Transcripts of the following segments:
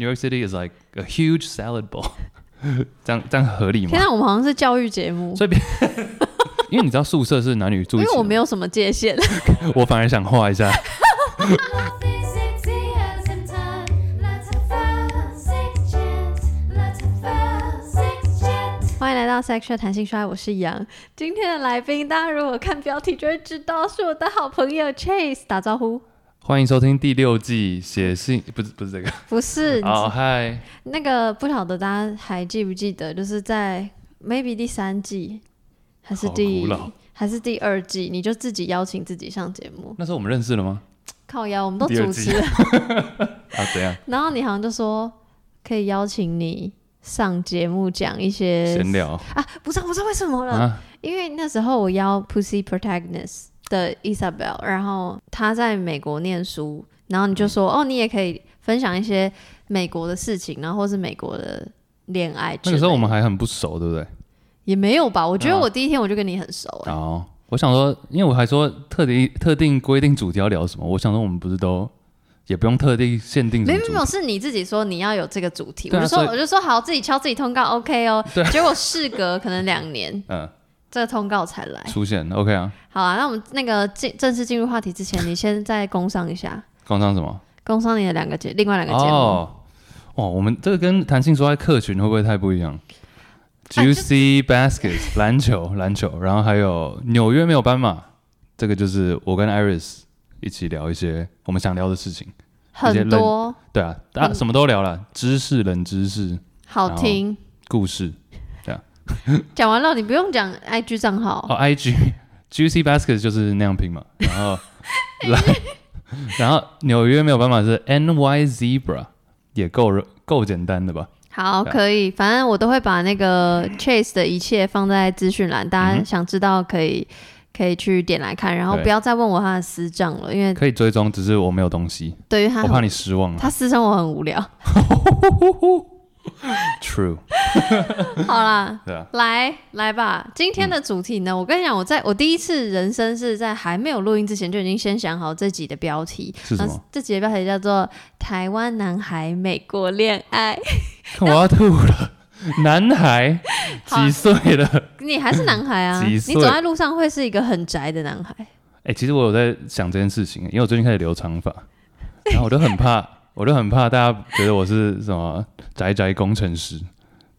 New York City is like a huge salad bowl，这样这样合理吗天？啊，我们好像是教育节目，所以别， 因为你知道宿舍是男女住因一起为的，我没有什么界限。 我反而想画一下。 Love is sexy as in time. Let's have a six chance. Let's have a six chance. 欢迎来到 Section 弹性刷，我是杨。今天的来宾，大家如果看标题就会知道是我的好朋友 Chase，打招呼。欢迎收听第六季写信，不是不是这个。不是、哦嗨，那个，不晓得大家还记不记得，就是在 maybe 第三季还是好第古老还是第二季，你就自己邀请自己上节目，那时候我们认识了吗？靠邀我们都第二主季持了，啊，怎样 然后你好像就说可以邀请你上节目讲一些闲聊啊，不知道不知道为什么了，啊？因为那时候我邀 Pussy Protagonist 的 Isabel，然后她在美国念书，然后你就嗯说、哦，你也可以分享一些美国的事情，然后或是美国的恋爱之那类的。个时候我们还很不熟，对不对？也没有吧？我觉得啊我第一天我就跟你很熟、欸，哦，我想说，因为我还说特定特定规定主题要聊什么，我想说我们不是都也不用特定限定什没么有没有主没题有，是你自己说你要有这个主题，对啊我就所说以我就说好，自己敲自己通告，OK 哦。对啊结果事隔可能两年，嗯这个通告才来。出现 OK 啊？好啊，那我们那个进正式进入话题之前，你先再工商一下，工商什么？工商你的两个节，另外两个节目。哦，哇，我们这个跟弹性说在客群会不会太不一样啊就？Juicy Baskets 篮球 篮球，然后还有纽约没有斑马，这个就是我跟 Iris 一起聊一些我们想聊的事情。直接扔很多对啊，啊嗯什么都聊了，知识冷知识好听。故事讲完了，你不用讲 IG 账哦号， ，IG Juicy Baskets 就是那样拼嘛，然后 来，然后纽约没有斑马是 NY Zebra 也够够简单的吧？好，可以。反正我都会把那个 Chase 的一切放在资讯栏，嗯大家哼想知道可以可以去点来看，然后对不要再问我他的私账了，因为可以追踪，只是我没有东西，对于他我怕你失望了。啊他私生活很无 聊。 True，好啦，对啊，来来吧，今天嗯的主题呢，我跟你讲，我在我第一次人生是在还没有录音之前就已经先想好这集的标题，是什那么？这集的标题叫做《台湾男孩美国恋爱》。看我要吐 了。男孩好几岁了？你还是男孩啊，几你岁走在路上会是一个很宅的男孩。哎、其实我有在想这件事情，因为我最近开始留长 发，然后我就很怕，我就很怕大家觉得我是什么宅宅工程师，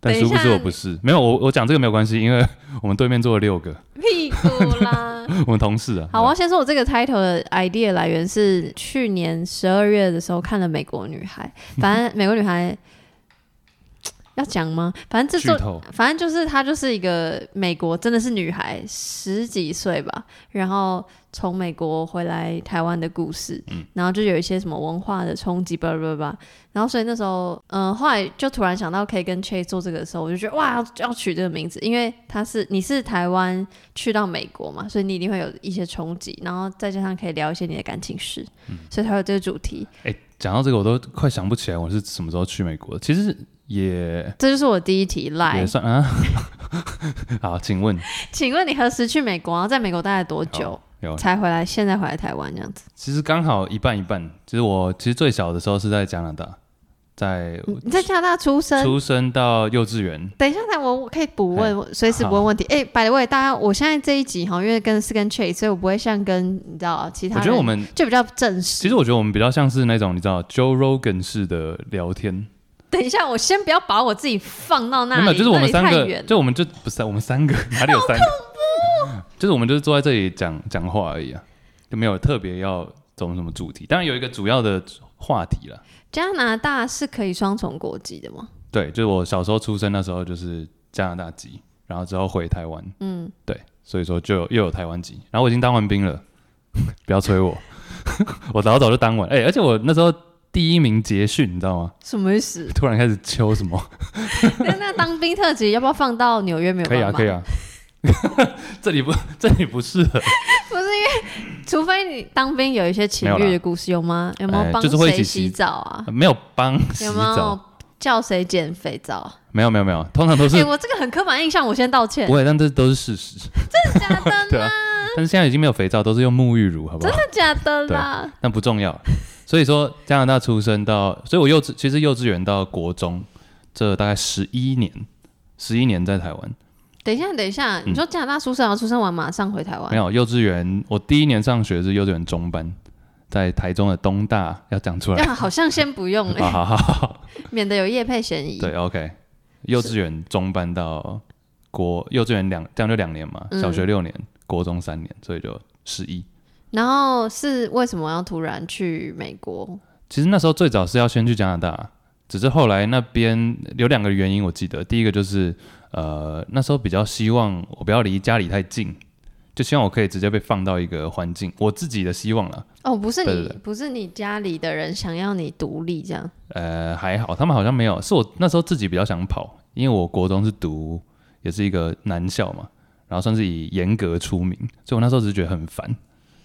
但等一殊下不知我不是。没有，我我讲这个没有关系，因为我们对面坐了六个， 屁股啦。我们同事啊。 好，我要先说，我这个 title 的 idea 来源是去年十二月的时候看了《美国女孩》，反正《美国女孩》要讲吗？反正这剧作透反正就是她就是一个美国，真的是女孩，十几岁吧，然后从美国回来台湾的故事，然后就有一些什么文化的冲击，吧吧吧。然后所以那时候，嗯、后来就突然想到可以跟 Chase 做这个的时候，我就觉得哇，要要取这个名字，因为他是你是台湾去到美国嘛，所以你一定会有一些冲击，然后再加上可以聊一些你的感情事，所以才有这个主题。哎、讲到这个，我都快想不起来我是什么时候去美国的。其实也这就是我第一题来也，算啊。 好，请问请问你何时去美国？然后在美国待了多久好有才回来？现在回来台湾这样子？其实刚好一半一半。其实我其实最小的时候是在加拿大，在你在加拿大出生？出生到幼稚园。等一下，那我我可以补问，我随时补问问题。哎，百位，大家，我现在这一集哈，因为跟是跟 Chase，所以我不会像跟你知道其他我人，觉得我们就比较正式。其实我觉得我们比较像是那种你知道 Joe Rogan 式的聊天，等一下，我先不要把我自己放到那没里，有，就是我们三那里太个，远了就我们就不是我们三个 哪里有三个？就是我们就是坐在这里讲讲话而已啊，就没有特别要走什么主题。当然有一个主要的话题了，加拿大是可以双重国籍的吗？对，就是我小时候出生那时候就是加拿大籍，然后之后回台湾，嗯，对，所以说就有又有台湾籍。然后我已经当完兵了， 不要催我， 我老早就当完。哎、而且我那时候第一名捷训，你知道吗？？什么意思 突然开始秋什么？那那当兵特辑要不要放到纽约没有？可以啊，可以。啊。 这里不，这里不适合， 不是因为，除非你当兵有一些情没有欲啦的故事，有吗？有没有哎帮就是会一谁起洗洗澡啊？没有帮洗有没有澡，叫谁捡肥皂啊？没有没有没有，通常都哎、是我这个很刻板印象，我先道歉不。会，但这都是事实， 真的假的对啊。但是现在已经没有肥皂，都是用沐浴乳，好不好？真的假的啦？但不重要。 所以说加拿大出生到，所以我幼稚其实幼稚园到国中这大概十一年，十一年在台湾等一下，等一嗯下，你说加拿大出生，啊然后出生完马上回台湾没，有幼稚园，我第一年上学是幼稚园中班，在台中的东大要讲 出来，但好像先 不用好哎，好好好，免得有业配嫌疑。啊对，OK，幼稚园中班到国幼稚园两这样就两年嘛，嗯小学六年，国中三年，所以就十一。然后是为什么要突然去美国？其实那时候最早是要先去加拿大，只是后来那边有两个原因我记得，第一个就是呃那时候比较希望我不要离家里太近，就希望我可以直接被放到一个环境，我自己的希望啦。哦，不是你，对对对不是你家里的人想要你独立这样。呃，还好，他们好像没有，是我那时候自己比较想跑，因为我国中是读也是一个男校嘛，然后算是以严格出名，所以我那时候只是觉得很烦，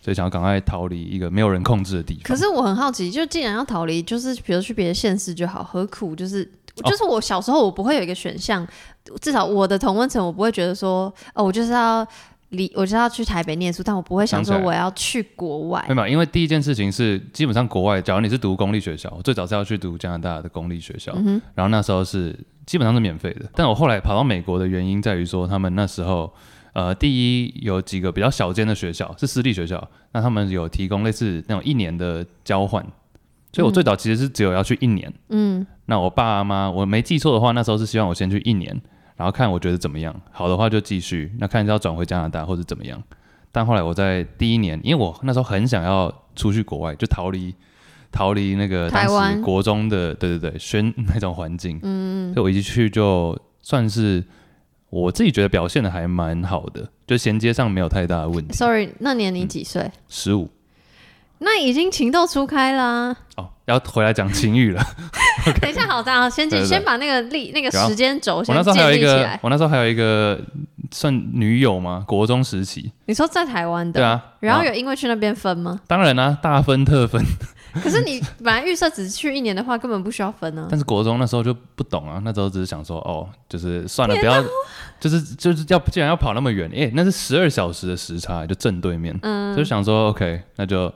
所以想要赶快逃离一个没有人控制的地方。可是我很好奇，就既然要逃离，就是比如去别的县市就好，何苦就是？哦就是我小时候我不会有一个选项，至少我的同温层我不会觉得说，哦，我就是要离，我就是要去台北念书，但我不会想说想起来我要去国外没有。没有，因为第一件事情是，基本上国外，假如你是读公立学校，我最早是要去读加拿大的公立学校，然后那时候是基本上是免费的。但我后来跑到美国的原因在于说，他们那时候，呃，第一有几个比较小间的学校是私立学校，那他们有提供类似那种一年的交换，所以我最早其实是只有要去一年。嗯，那我爸妈，我没记错的话，那时候是希望我先去一年，然后看我觉得怎么样，好的话就继续，那看是要转回加拿大或者怎么样。但后来我在第一年，因为我那时候很想要出去国外，就逃离逃离那个台当湾时国中的对对对宣 那种环境，嗯，所以我一去就算是我自己觉得表现的还蛮好的，就衔接上没有太大的问题。 Sorry，那年你几岁？十五那已经情窦初开 啦。哦，要回来讲情欲了。等一下，好，大家先对对对先把那个历那个有啊时间轴我先那时候还建有立一起个来，。我那时候还有一个算女友吗？国中时期，你说在台湾的，对啊。然后有因为去那边分吗？当然啦、大分特分， 可是你本来预设只去一年的话，根本不需要分啊。但是国中那时候就不懂啊，那时候只是想说，哦，就是算了，不要，就是就是要，既然要跑那么远，诶，那是十二小时的时差，就正对面，嗯，就想说，OK，那就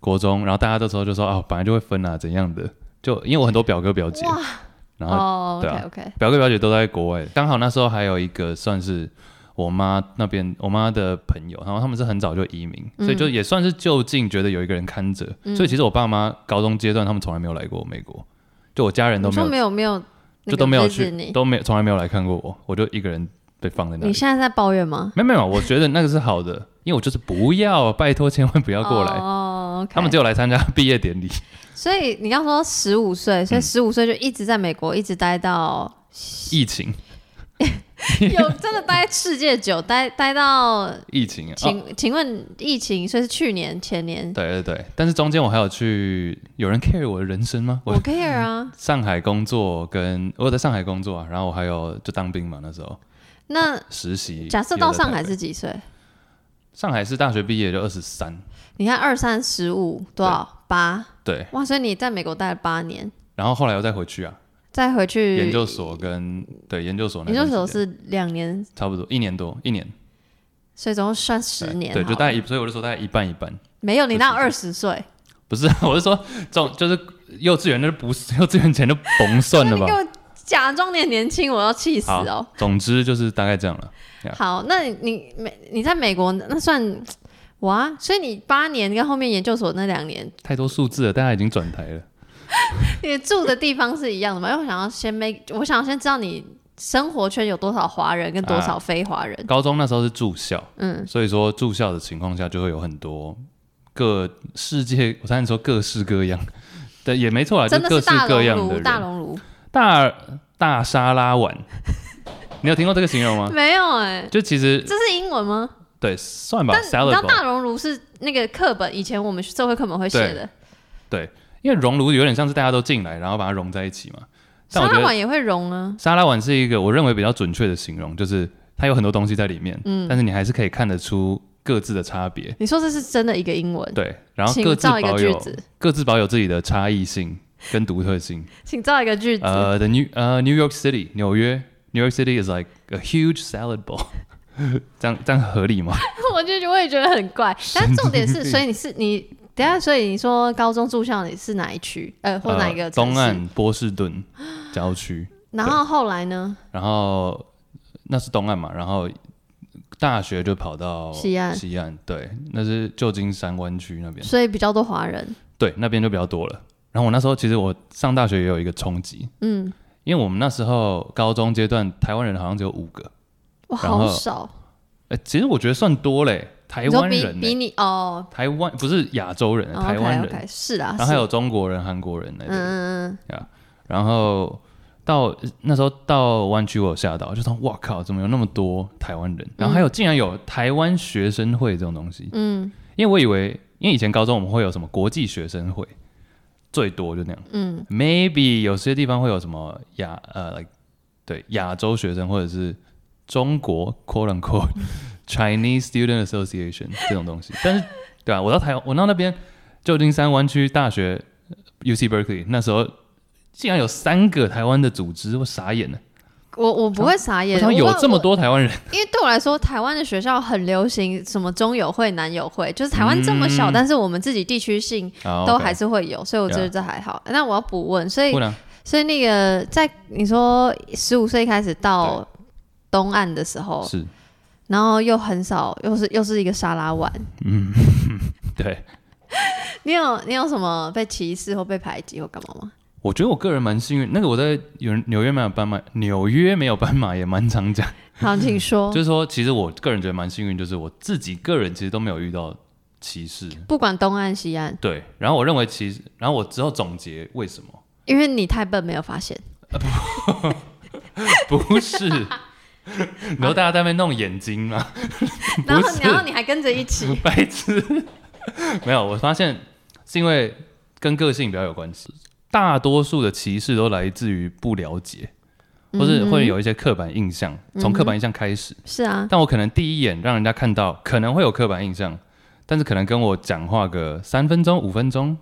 国中，然后大家这时候就说，哦，本来就会分啊，怎样的，就因为我很多表哥表姐， 然后哦对啊，OK OK，表哥表姐都在国外，刚好那时候还有一个算是我妈那边我妈的朋友，然后他们是很早就移民，嗯所以就也算是就近觉得有一个人看着，所以其实我爸妈高中阶段他们从来没有来过美国，就我家人都你没说有，没有没有，那就个都没有 visit 去，你。都没有从来没有来看过我，我就一个人被放在那你里。现在在抱怨吗？没有没有，我觉得那个是好的，因为我就是不要，拜托千万不要过来。哦，OK。他们只有来参加毕业典礼， 所以你刚说十五岁，嗯所以十五岁就一直在美国，一直待到 疫情，有真的待世界久，待待到疫情啊，请、请问疫情，所以是去年前年，对对对，但是中间我还有去，有人 care 我的人生吗？我嗯我 care 啊。上海工作跟我有在上海工作啊，然后我还有就当兵嘛，那时候那实习。假设到上海也在台是几岁？北，上海是大学毕业就二十三，你看二三十五多少八？对，哇，所以你在美国待了八年，然后后来又再回去啊，再回去研究所跟对研究所那嗯研究段时间，所是两年，差不多一年多，一年，所以总共算十对年好对，了。就大概一，所以我就说大概一半一半，没有你那就二十岁，不是， 我是说这种就是幼稚园那就不 是幼稚园前就甭算了 你给吧。我假装你很年轻，我要气死好哦。总之就是大概这样了，Yeah 好，那你美你在美国那算哇，所以你八年跟后面研究所那两年， 太多数字了，大家已经转台了。你住的地方是一样的吗？因为我想要先 make，我想要先知道你生活圈有多少华人跟多少非华人。高中那时候是住校，嗯，所以说住校的情况下，就会有很多各世界，我才能说各式各样，对，也没错啊啦，就真的各是式大各熔样的炉，人，大熔炉大大沙拉碗，你有听过这个形容吗？没有哎、就其实这是英文吗？对，算吧但你知，salad 道大 bowl，熔炉是那个课本，以前我们社会课本会写的，因为熔炉有点像是大家都进来，然后把它融在一起嘛。但沙我觉拉得碗也会融啊。沙拉碗是一个我认为比较准确的形容，就是它有很多东西在里面，嗯但是你还是可以看得出各自的差别。你说这是真的一个英文？对，然后请各自造一个保句有子，各自保有自己的差异性跟独特性。请造一个句子。 Uh, the New uh New York City 纽约 New York City is like a huge salad bowl 。这样这样合理吗？ 我就我也觉得很怪，但重点是，所以你是你，等等一下，所以你说高中住校你是哪一区？呃，或哪一个、呃东？岸波士顿郊区，然后后来呢？然后那是东岸嘛，然后大学就跑到西岸哦西岸对，那是旧金山湾区那边，所以比较多华人。对，那边就比较多了。然后我那时候其实我上大学也有一个冲击，嗯，因为我们那时候高中阶段台湾人好像只有五个，哇，然后好少。哦哎、其实我觉得算多嘞，台你说湾比人欸比嘞，你哦，台湾不是亚洲人，台湾人 o k o k 是哦啊，然后还有是中国人、韩国人那嗯种。嗯然后到那时候到湾区，我有吓到，就说哇靠，怎么有那么多台湾人？然后还有竟然有台湾学生会这种东西，嗯因为我以为，因为以前高中我们会有什么国际学生会，最多就那样。嗯 Maybe 有些地方会有什么亚呃，like, 对亚洲学生或者是中国 quote unquote Chinese Student Association 这种东西，但是对啊，我到台我到那边旧金山湾区大学 UC Berkeley 那时候。竟然有三个台湾的组织，我傻眼了。嗯，我我不会傻我眼，想我有不这么我多台湾人，因为对我来说，台湾的学校很流行什么中友会、南友会，就是台湾这么小，嗯但是我们自己地区性都还是是会有，所以我觉得 Yeah 这还好。那我要补问，所以啊不能所以那个在你说十五岁开始到东岸的时候，是然后又很少，又是又是一个沙拉碗，对。你有你有什么被歧视或被排挤或干嘛吗？我觉得我个人蛮幸运，那个我在纽纽约没有斑马，纽约没有斑马也蛮常讲，好，请 说就。是说，其实我个人觉得蛮幸运，就是我自己个人其实都没有遇到歧视，不管东岸西岸，对。然后我认为其实，然后我之后总结为什么 因为你太笨没有发现。不是，然后大家在那边弄眼睛嘛， 然后不是然后你还跟着 一起，白痴。没有，我发现是因为跟个性比较有关系，大多数的歧视都来自于不了解，或嗯是会有一些刻板印象，从刻板印象开始。是啊，但我可能第一眼让人家看到可能会有刻板印象，但是可能跟我讲话个三分钟、五分钟，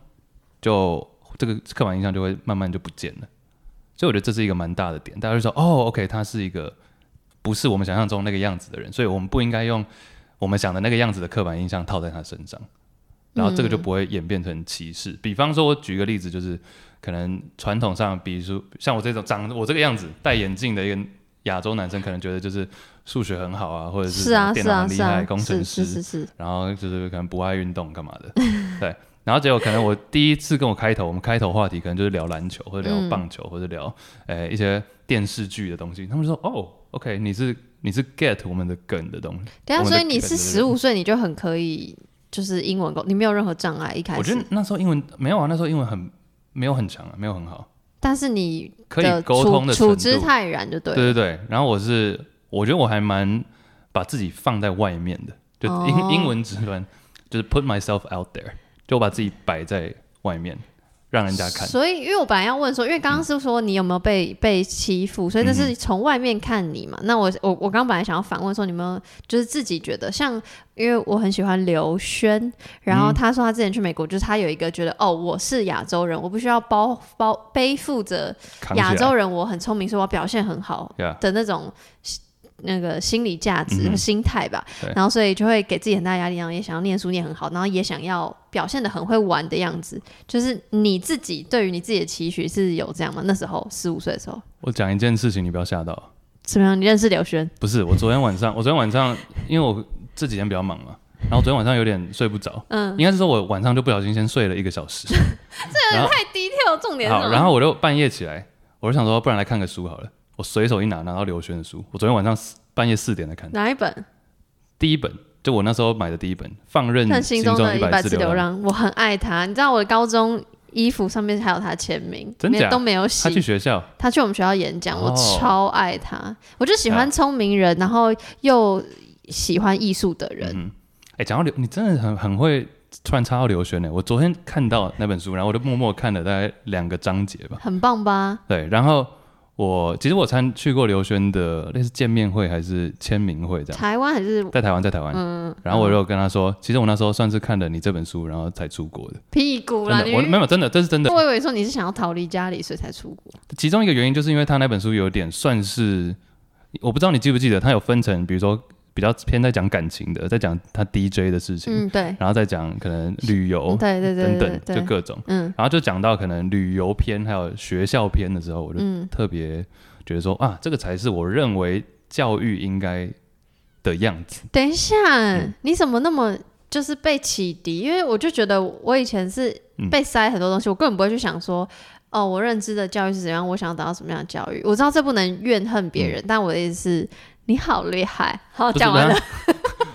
就这个刻板印象就会慢慢就不见了。所以我觉得这是一个蛮大的点，大家就说哦，OK，他是一个不是我们想象中那个样子的人，所以我们不应该用我们想的那个样子的刻板印象套在他身上，然后这个就不会演变成歧视。比方说，我举个例子，就是可能传统上，比如说像我这种长我这个样子戴眼镜的一个亚洲男生，可能觉得就是数学很好啊，或者是啊电是脑啊很厉是害、啊，工程师，是是是是，然后就是可能不爱运动干嘛的，对。然后结果可能我第一次跟我开头，我们开头话题可能就是聊篮球，或者嗯聊棒球，或者聊呃一些电视剧的东西。他们就说哦，OK，你是你是 get 我们的梗的东西。等一我们下，啊所的以你是梗的十五岁你就很可以，就是英文沟，你没有任何障碍一开我觉得始，那时候英文没有啊，那时候英文很没有很强啊，没有很好，但是你可以的沟处通的程处度。之泰然就对对了。对对，然后我是我觉得我还蛮把自己放在外面的，就英、哦英文直翻就是 put myself out there，就我把自己摆在外面，让人家看。所以，因为我本来要问说，因为刚刚是说你有没有被、被欺负，所以这嗯是从外面看你嘛。那我我我刚本来想要反问说，你们就是自己觉得像，因为我很喜欢刘轩，然嗯后他说他之前去美国，就是他有一个觉得哦，我是亚洲人，我不需要包包背负着扛起来亚洲人我很聪明，所以我表现很好 Yeah 的那种心那个心理价值嗯和哼心态吧。对然后所以就会给自己很大压力，然后也想要念书念很好，然后也想要表现的很会玩的样子。就是你自己对于你自己的期许是有这样吗？那时候十五岁的时候，我讲一件事情，你不要吓到。怎么样？你认识刘轩？不是，我昨天晚上，我昨天晚上，因为我这几天比较忙嘛，然后昨天晚上有点睡不着，嗯，应该是说我晚上就不小心先睡了一个小时。太低调，重点是什好，么然后我就半夜起来，我就想说，不然来看个书好了。我随手一拿，拿到刘轩的书，我昨天晚上四半夜四点才看，哪一本？第一本就我那时候买的第一本《放任看心心中的一一百百次流流》，浪，我很爱他。你知道我的高中衣服上面还有他签名，真假没都没有他。洗去学校，他去我们学校演讲，我哦超爱他，我就喜欢聪明人，然后又喜欢艺术的人。嗯，哎、讲到刘，你真的很很会突然插到刘轩呢。我昨天看到那本书，然后我就默默看了大概两个章节吧。很棒吧？对，然后我其实我参去过刘轩的类似见面会还是签名会这样，台湾还是在台湾，在台湾。嗯，然后我就跟他说，其实我那时候算是看了你这本书，然后才出国的。屁股啦，真的，我没你有真的，这是真的。我以为说你是想要逃离家里，所以才出国。其中一个原因就是因为他那本书有点算是，我不知道你记不记得，他有分成，比如说比较偏在讲感情的，在讲他 DJ 的事情，嗯，对，然后再讲可能旅游对对对哦等对等，对，就各种。嗯然后就讲到可能旅游篇还有学校篇的时候，我就嗯特别觉得说、啊，这个才是我认为教育应该的样子。等一下，嗯你怎么那么就是被启迪？因为我就觉得我以前是嗯被塞很多东西，我根本不会去想说，哦，我认知的教育是怎样，我想要达到什么样的教育。我知道这不能怨恨别嗯人，但我的意思是，你好厉害。 好，不是哦讲完了，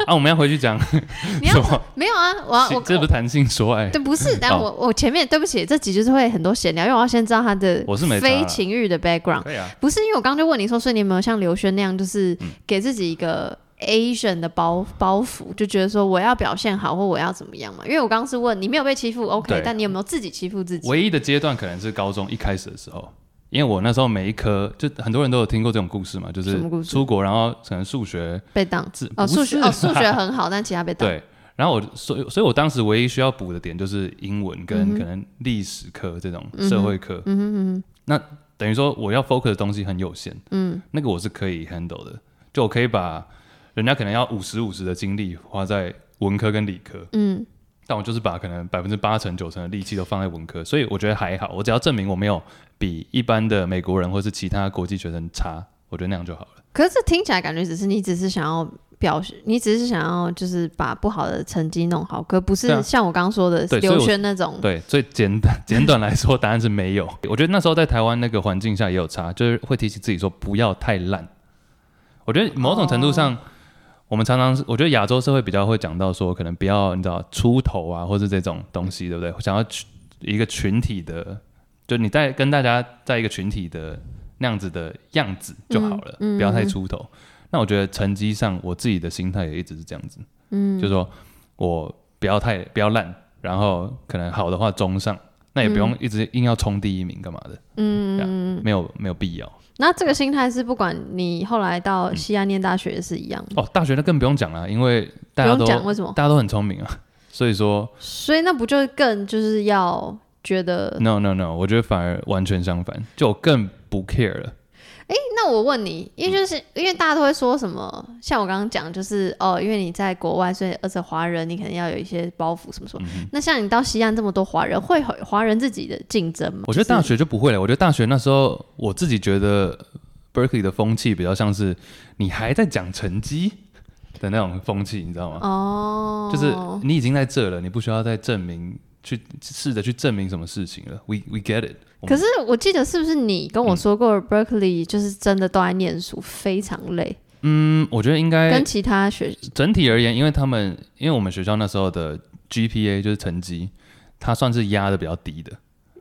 啊，我们要回去讲 你要什么？没有啊？我要我这不是谈性说爱，对，不 是，但哦我、我前面对不起，这集就是会很多闲聊，因为我要先知道他的我是没差啦啊非情欲的 background。可以啊。不是，因为我刚刚就问你说，所以你有没有像刘轩那样，就是嗯给自己一个 Asian 的包包袱，就觉得说我要表现好或我要怎么样嘛？因为我刚刚是问你没有被欺负，OK，对但你有没有自己欺负自己？唯一的阶段可能是高中一开始的时候，因为我那时候每一科就很多人都有听过这种故事嘛，就什么故是事出国然后可能数学被当自不哦，数学是哦，数学啦很好，但其他被当。对，然后我所以所以我当时唯一需要补的点就是英文跟可能历史课这种社会课，嗯嗯那等于说我要 focus 的东西很有限，嗯，那个我是可以 handle 的，就我可以把人家可能要五十五十的精力花在文科跟理科，嗯，但我就是把可能百分之八成九成的力气都放在文科，所以我觉得还好，我只要证明我没有比一般的美国人或是其他国际学生差，我觉得那样就好了。可是这听起来感觉只是你只是想要表示，你只是想要就是把不好的成绩弄好，可不对是啊像我刚刚说对的所以刘我轩那种。对，最简单 简短来说，答案是没有。我觉得那时候在台湾那个环境下也有差，就是会提醒自己说不要太烂。我觉得某种程度上，我们常常是我觉得亚洲社会比较会讲到说，可能不要你知道出头啊，或是这种东西，对不对？想要群一个群体的，就你在跟大家在一个群体的那样子的样子就好了，不要太出头。那我觉得成绩上，我自己的心态也一直是这样子，嗯，就说我不要太不要烂，然后可能好的话中上，那也不用一直硬要冲第一名干嘛的，嗯，没有没有必要。那这个心态是不管你后来到嗯西安念大学也是一样的，哦，大学那更不用讲了，因为大不家用都讲为什么。 大家都很聪明啊， 所以说所以那不就更就是要觉得？ no no no，我觉得反而完全相反，就我更不 care 了。那我问你，因为就是、因为大家都会说什么，像我刚刚讲，就是哦，因为你在国外，所以而且华人你可能要有一些包袱什么嗯什么。那像你到西安这么多华人，会有华人自己的竞争吗？我觉得大就是学就不会了，我觉得大学那时候我自己觉得 Berkeley 的风气比较像是你还在讲成绩的那种风气，你知道吗？哦，就是你已经在这了，你不需要再证明，去试着去证明什么事情了。We we get it 我们。可是我记得是不是你跟我说过，Berkeley 就是真的都在念书，非常累，嗯，我觉得应该跟其他学整体而言，因为他们因为我们学校那时候的 GPA 就是成绩，它算是压的比较低的，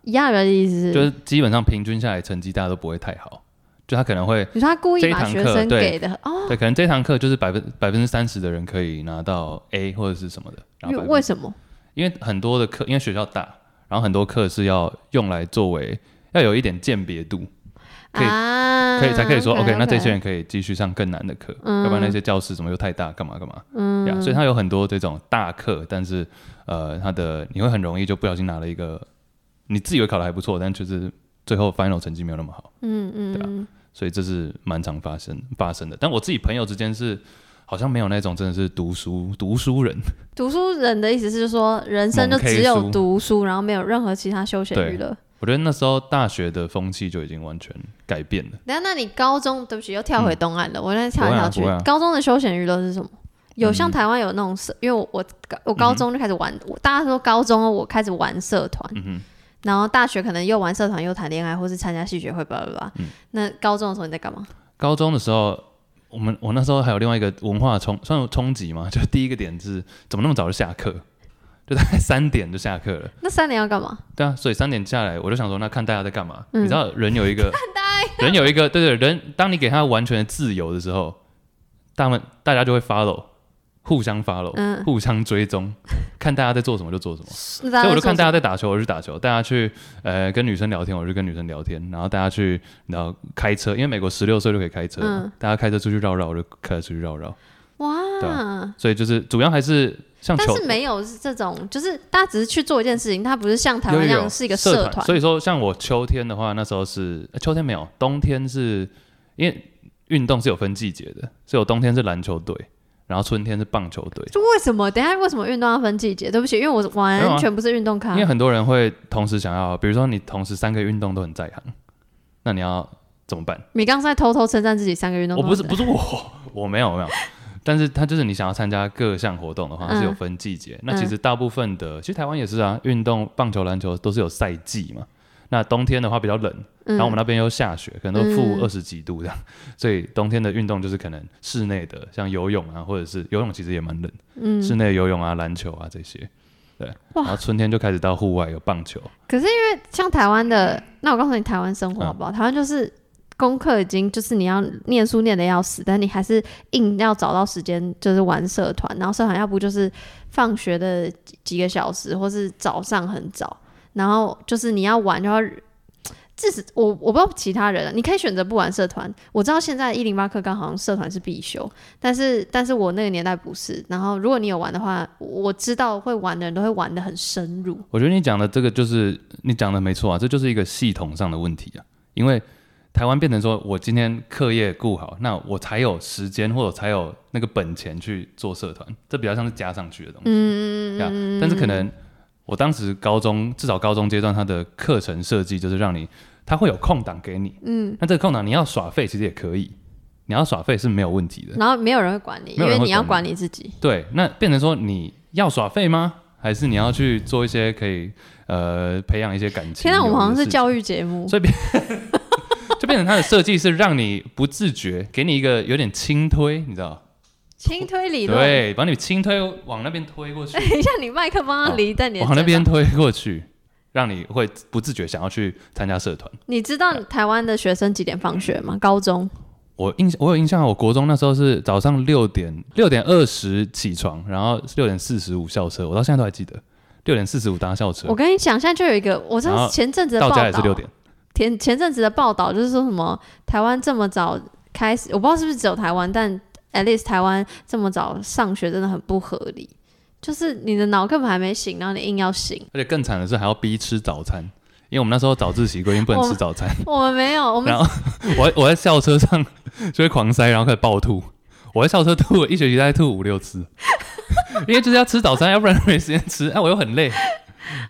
一样的意思就是基本上平均下来成绩大家都不会太好，就他可能会你说他故这意一把堂学课生对给的哦，对，可能这堂课就是百分百分之三十的人可以拿到 A 或者是什么的，然因后为百为分什么？因为很多的课，因为学校大，然后很多课是要用来作为要有一点鉴别度，可以啊，可以才可以说 OK，嗯 OK，那这 OK 些人可以继续上更难的课，要不然那些教室怎么又太大，干嘛干嘛，嗯所以它有很多这种大课，但是呃，它的你会很容易就不小心拿了一个，你自以为考的还不错，但就是最后 final 成绩没有那么好，嗯嗯，嗯所以这是蛮常发生发生的。但我自己朋友之间是好像没有那种真的是读书读书人，读书人的意思是说，人生就猛 K 只有书读书，然后没有任何其他休闲娱乐。我觉得那时候大学的风气就已经完全改变了。等一下，那你高中，对不起，又跳回东岸了，我再跳不来会啊跳去不会啊。高中的休闲娱乐是什么？有像嗯台湾有那种社，因为我我我高中就开始玩，我大家说高中我开始玩社团，嗯哼，然后大学可能又玩社团又谈恋爱，或是参加戏学会，吧吧吧。嗯那高中的时候你在干嘛？高中的时候，我们我那时候还有另外一个文化冲算有冲击嘛，就 第一个点是怎么那么早就下课，就大概三点就下课了。那三年要干嘛？对啊，所以三点下来，我就想说，那看大家在干嘛？嗯你知道人有一 个人有一个对对人，当你给他完全的自由的时候，他们大家就会 follow，互相 follow，、嗯互相追踪，看大家在做什么就做什么。所以所以我就看大家在打球，我就去打球；大家去呃跟女生聊天，我就跟女生聊天；然后大家去然后开车，因为美国十六岁就可以开车嘛，嗯大家开车出去绕绕，我就开车出去绕绕。对哇，所以就是主要还是像但球是没有是这种，就是大家只是去做一件事情，它不是像台湾有有那样有是一个社团。所以说像我秋天的话，那时候是、呃秋天没有，冬天是因为运动是有分季节的，所以我冬天是篮球队，然后春天是棒球队，就为什么？等一下为什么运动要分季节？对不起，因为我没有啊完全不是运动咖因为。很多人会同时想要，比如说你同时三个运动都很在行，那你要怎么办？你刚才偷偷称赞自己三个运动我咖，不是不是我，我没有我没有，但是它就是你想要参加各项活动的话，它是有嗯分季节。那其实大部分的，其实台湾也是啊，运动棒球、篮球都是有赛季嘛。那冬天的话比较冷，嗯然后我们那边又下雪，可能都负嗯二十几度这样，所以冬天的运动就是可能室内的，像游泳啊，或者是游泳其实也蛮冷，室嗯，内游泳啊、篮球啊这些。对，哇然后春天就开始到户外有棒球，可是因为像台湾的，那我告诉你台湾生活好不好？台湾就是功课已经就是你要念书念的要死，但你还是硬要找到时间就是玩社团，然后社团要不就是放学的几几个小时，或是早上很早，然后就是你要玩就要。至少我我不知道其他人啊，你可以选择不玩社团。我知道现在一零八课纲好像社团是必修，但是但是我那个年代不是。然后如果你有玩的话，我知道会玩的人都会玩的很深入。我觉得你讲的这个就是你讲的没错啊，这就是一个系统上的问题啊。因为台湾变成说我今天课业顾好，那我才有时间或者才有那个本钱去做社团，这比较像是加上去的东西。嗯嗯但是可能我当时高中至少高中阶段，它的课程设计就是让你它会有空档给你，嗯，那这个空档你要耍废其实也可以，你要耍废是没有问题的。然后没有人会管你，没因有人为会你要管管你自己。对，那变成说你要耍废吗？还是你要去做一些可以呃培养一些感情？天哪，我们好像是教育，育节目，所以变 就变成它的设计是让你不自觉，给你一个有点轻推，你知 道？轻推理论。，对，把你轻推往那边推过去等一下，你麦克风要离在 你的哦往那肩边膀推过去，让你会不自觉想要去参加社团。你知道台湾的学生几点放学吗？高中我印象，我有印象，我国中那时候是早上六点六点二十起床，然后六点四十五校车，我到现在都还记得，六点四十五搭校车我，跟你讲，现在就有一个，我知然道后前阵子的到报家也是道，六点。前前阵子的报道就是说什么台湾这么早开始，我不知道是不是只有台湾，但 at least 台湾这么早上学真的很不合理。就是你的脑根本还没醒，然后你硬要醒。而且更惨的是还要逼吃早餐，因为我们那时候早自习规定不能吃早餐，我们没有，我们然 后我我在校车上就会狂塞，然后开始暴吐。我在校车吐，一学期大概吐五六次， 因为就是要吃早餐，要不然没时间吃。哎、我又很累，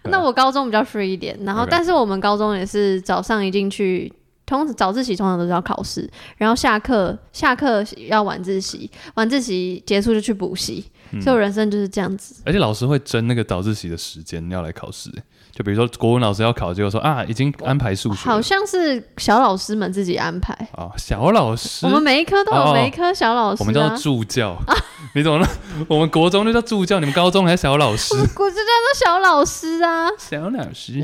那我高中比较 free 一点，然后啊 OK 但是我们高中也是早上一进去，通早自习通常都是要考试，然后下课下课要晚自习，晚自习结束就去补习，嗯所以我人生就是这样子。而且老师会争那个早自习的时间要来考试。就比如说国文老师要考，结果说啊，已经安排数学了好像是小老师们自己安排，啊，小老师，我们每一科都哦哦有每一科小老师、啊我们叫做助教， 你怎么了？我们国中就叫助教，你们高中还小老师， 我就叫做小老师啊。小老师，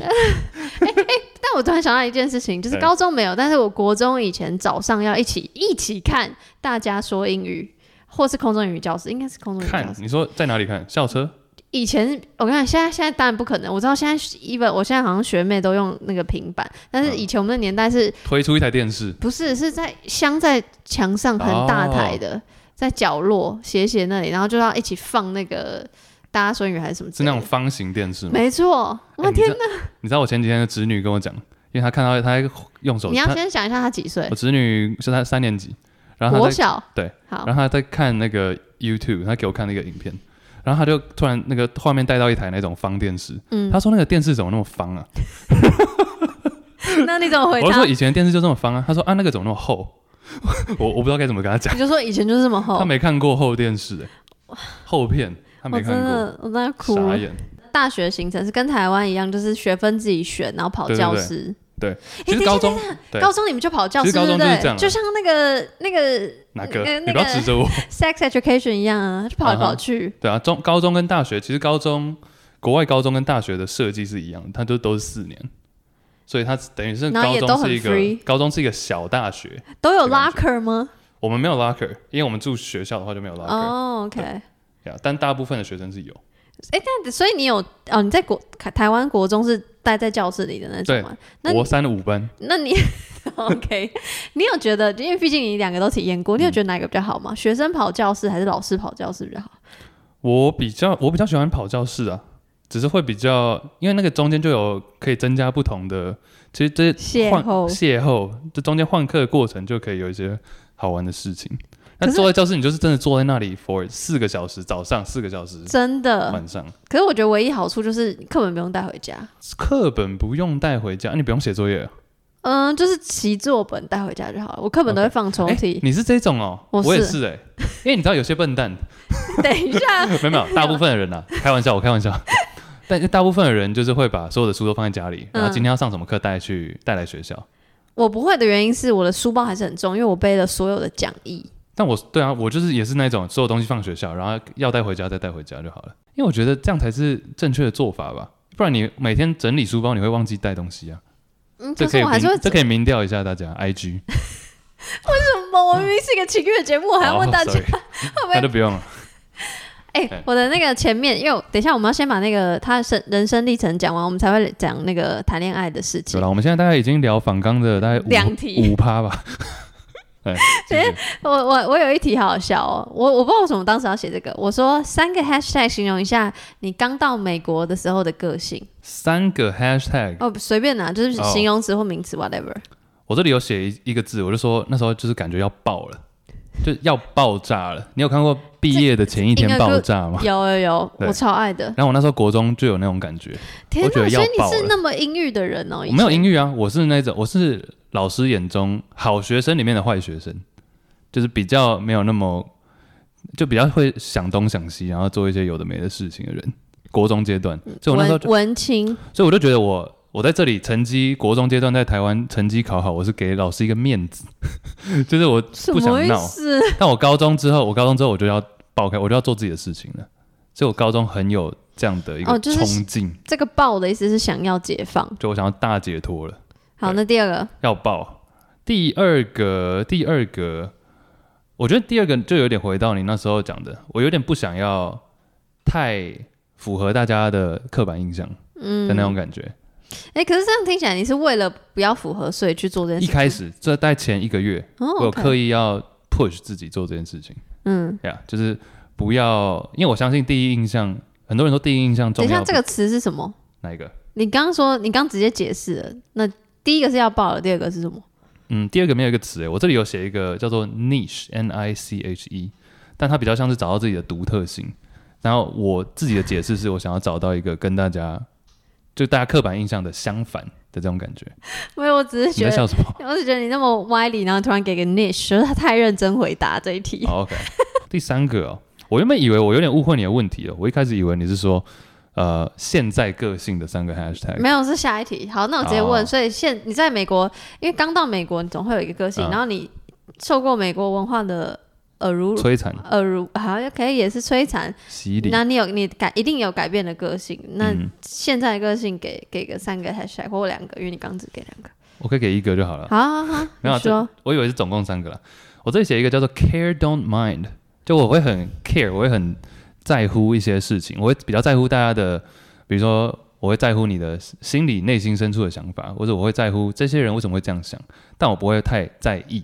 但我突然想到一件事情，就是对高中没有，但是我国中以前早上要一起一起看大家说英语，或是空中英语教室，应该是空中英语教看室。你说在哪里看校车？以前我跟你讲，现在现在当然不可能。我知道现在 even 我现在好像学妹都用那个平板，但嗯是以前我们的年代是、推出一台电视，不是是在镶在墙上很大台的，哦在角落斜斜那里，然后就要一起放那个大家说英语还是什么之是类那的种方形电视吗？ 没错，哎我天！你知道你知道我前几天的侄女跟我讲，因为她看到她在用手你机，要她先想一下她几岁我？侄女是她三年级，然后她国在小对，好然后她在看那个 YouTube，她给我看那个影片，然后她就突然那个画面带到一台那种方电视，嗯她说那个电视怎么那么方啊？ 那你怎么回我就答说？以前电视就这么方啊，她说啊那个怎么那么厚？ 我我不知道该怎么跟她讲，你就说以前就是这么厚她，没看过厚电视、欸，厚片她我没真看过，的我真的哭傻了。眼。大学行程是跟台湾一样，就是学分自己选，然后跑对对教对室。其实等一下高中对高中你们就跑教室，其实高中对不就是对这样啊？就像那个那个哪个？呃你那不要指个着我。 sex education 一样啊，就跑来跑去。对啊，中高中跟大学，其实高中国外高中跟大学的设计是一样的，它就都是四年，所以它等于是然后高也都中很是一个 free 高中是一个小大学，都有这样 locker 吗？我们没有 locker，因为我们住学校的话就没有 locker，、哦，OK、对对啊，但大部分的学生是有， o k 所以你有哦？你在国台湾国中是待在教室里的那种吗？那国三的五班，那你 OK？你有觉得，因为毕竟你两个都体验过，你有觉得哪个比较好吗？学生跑教室还是老师跑教室比较好？我比较我比较喜欢跑教室啊，只是会比较因为那个中间就有可以增加不同的，其实这邂换逅邂逅，这中间换课的过程就可以有一些好玩的事情。那可是坐在教室，你就是真的坐在那里 for 四个小时，早上四个小时，真的。晚上可是我觉得唯一好处就是课本不用带回家，课本不用带回家，你不用写作业。嗯，就是习作本带回家就好了。我课本都会放抽哎屉。你是这种哦，我我是也是哎，因为你知道有些笨蛋，等一下，没有没 有，大部分的人呐、开玩笑，我开玩笑。但是大部分的人就是会把所有的书都放在家里，然后嗯今天要上什么课带去带来学校。我不会的原因是我的书包还是很重，因为我背了所有的讲义。但我对啊，我就是也是那种所有东西放学校，然后要带回家再带回家就好了，因为我觉得这样才是正确的做法吧。不然你每天整理书包，你会忘记带东西啊。嗯，这可可是以我还是会民，这可以民调一下大家 IG。怎么？ 我明明是一个情欲的节目， 我还要问大家好哦 sorry 那会不就 会？不用了。哎、哎我的那个前面，因为我等一下我们要先把那个他生人生历程讲完，我们才会讲那个谈恋爱的事对情。了，我们现在大概已经聊反刚的大概五两题五趴 吧。哎，继续我 我我有一题好好笑哦，我我不知道为什么当时要写这个。我说三个 hashtag 形容一下你刚到美国的时候的个性三个 hashtag，哦，随便拿，就是哦形容词或名词 whatever。我这里有写一一个字，我就说那时候就是感觉要爆了，就要爆炸了。你有看过毕业的前一天爆炸吗？有有有，哦对我超爱的。然后我那时候国中就有那种感觉，天我觉哪，得所以要爆你是了那么阴郁的人哦？我没有以前英语啊，我是那种我是老师眼中好学生里面的坏学生，就是比较没有那么就比较会想东想西，然后做一些有的没的事情的人。国中阶段，嗯所以我那时候文就文青，所以我就觉得我我在这里成绩国中阶段在台湾成绩考好，我是给老师一个面子， 就是我什不么想意闹。思？ 但我高中之后，我高中之后我就要爆开，我就要做自己的事情了，所以我高中很有这样的一哦个就是冲劲，这个“爆”的意思是想要解放。就我想要大解脱了，好，那第二个，要爆。第二个，第二个，我觉得第二个就有点回到你那时候讲的，我有点不想要太符合大家的刻板印象的嗯那，种感觉。哎、可是这样听起来，你是为了不要符合，所以去做这件一事情。开始，这在前一个月，嗯哦，我有 OK 刻意要 push 自己做这件事情，嗯，呀、就是不要，因为我相信第一印象，很多人说第一印象重等一要下，比。这个词是什么？哪一个？你刚刚说，你刚直接解释了。那第一个是要爆了，第二个是什么？嗯，第二个没有一个词诶，我这里有写一个叫做 niche n i c h e，但它比较像是找到自己的独特性。然后我自己的解释是我想要找到一个跟大家就大家刻板印象的相反的这种感觉。没有，我只是你在觉笑得， 什么？我只觉得你那么歪理，然后突然给个 niche，就是他太认真回答这一题。好 OK，第三个哦，我原本以为我有点误会你的问题了，哦我一开始以为你是说呃现在个性的三个 hashtag。没有，是下一题。好，那我直接问。哦所以现你在美国，因为刚到美国，你总会有一个个性，嗯然后你受过美国文化的耳濡摧残、耳濡，好像可以也是摧残。洗礼，那你有你改一定有改变的个性，那嗯现在的个性给给个三个 hashtag 或两个，因为你刚只给两个。我可以给一个就好了。好好好，没有你啊说我以为是总共三个啦。我这里写一个叫做 care don't mind，就我会很 care，我会很在乎一些事情，我会比较在乎大家的，比如说我会在乎你的心里内心深处的想法，或者我会在乎这些人为什么会这样想，但我不会太在意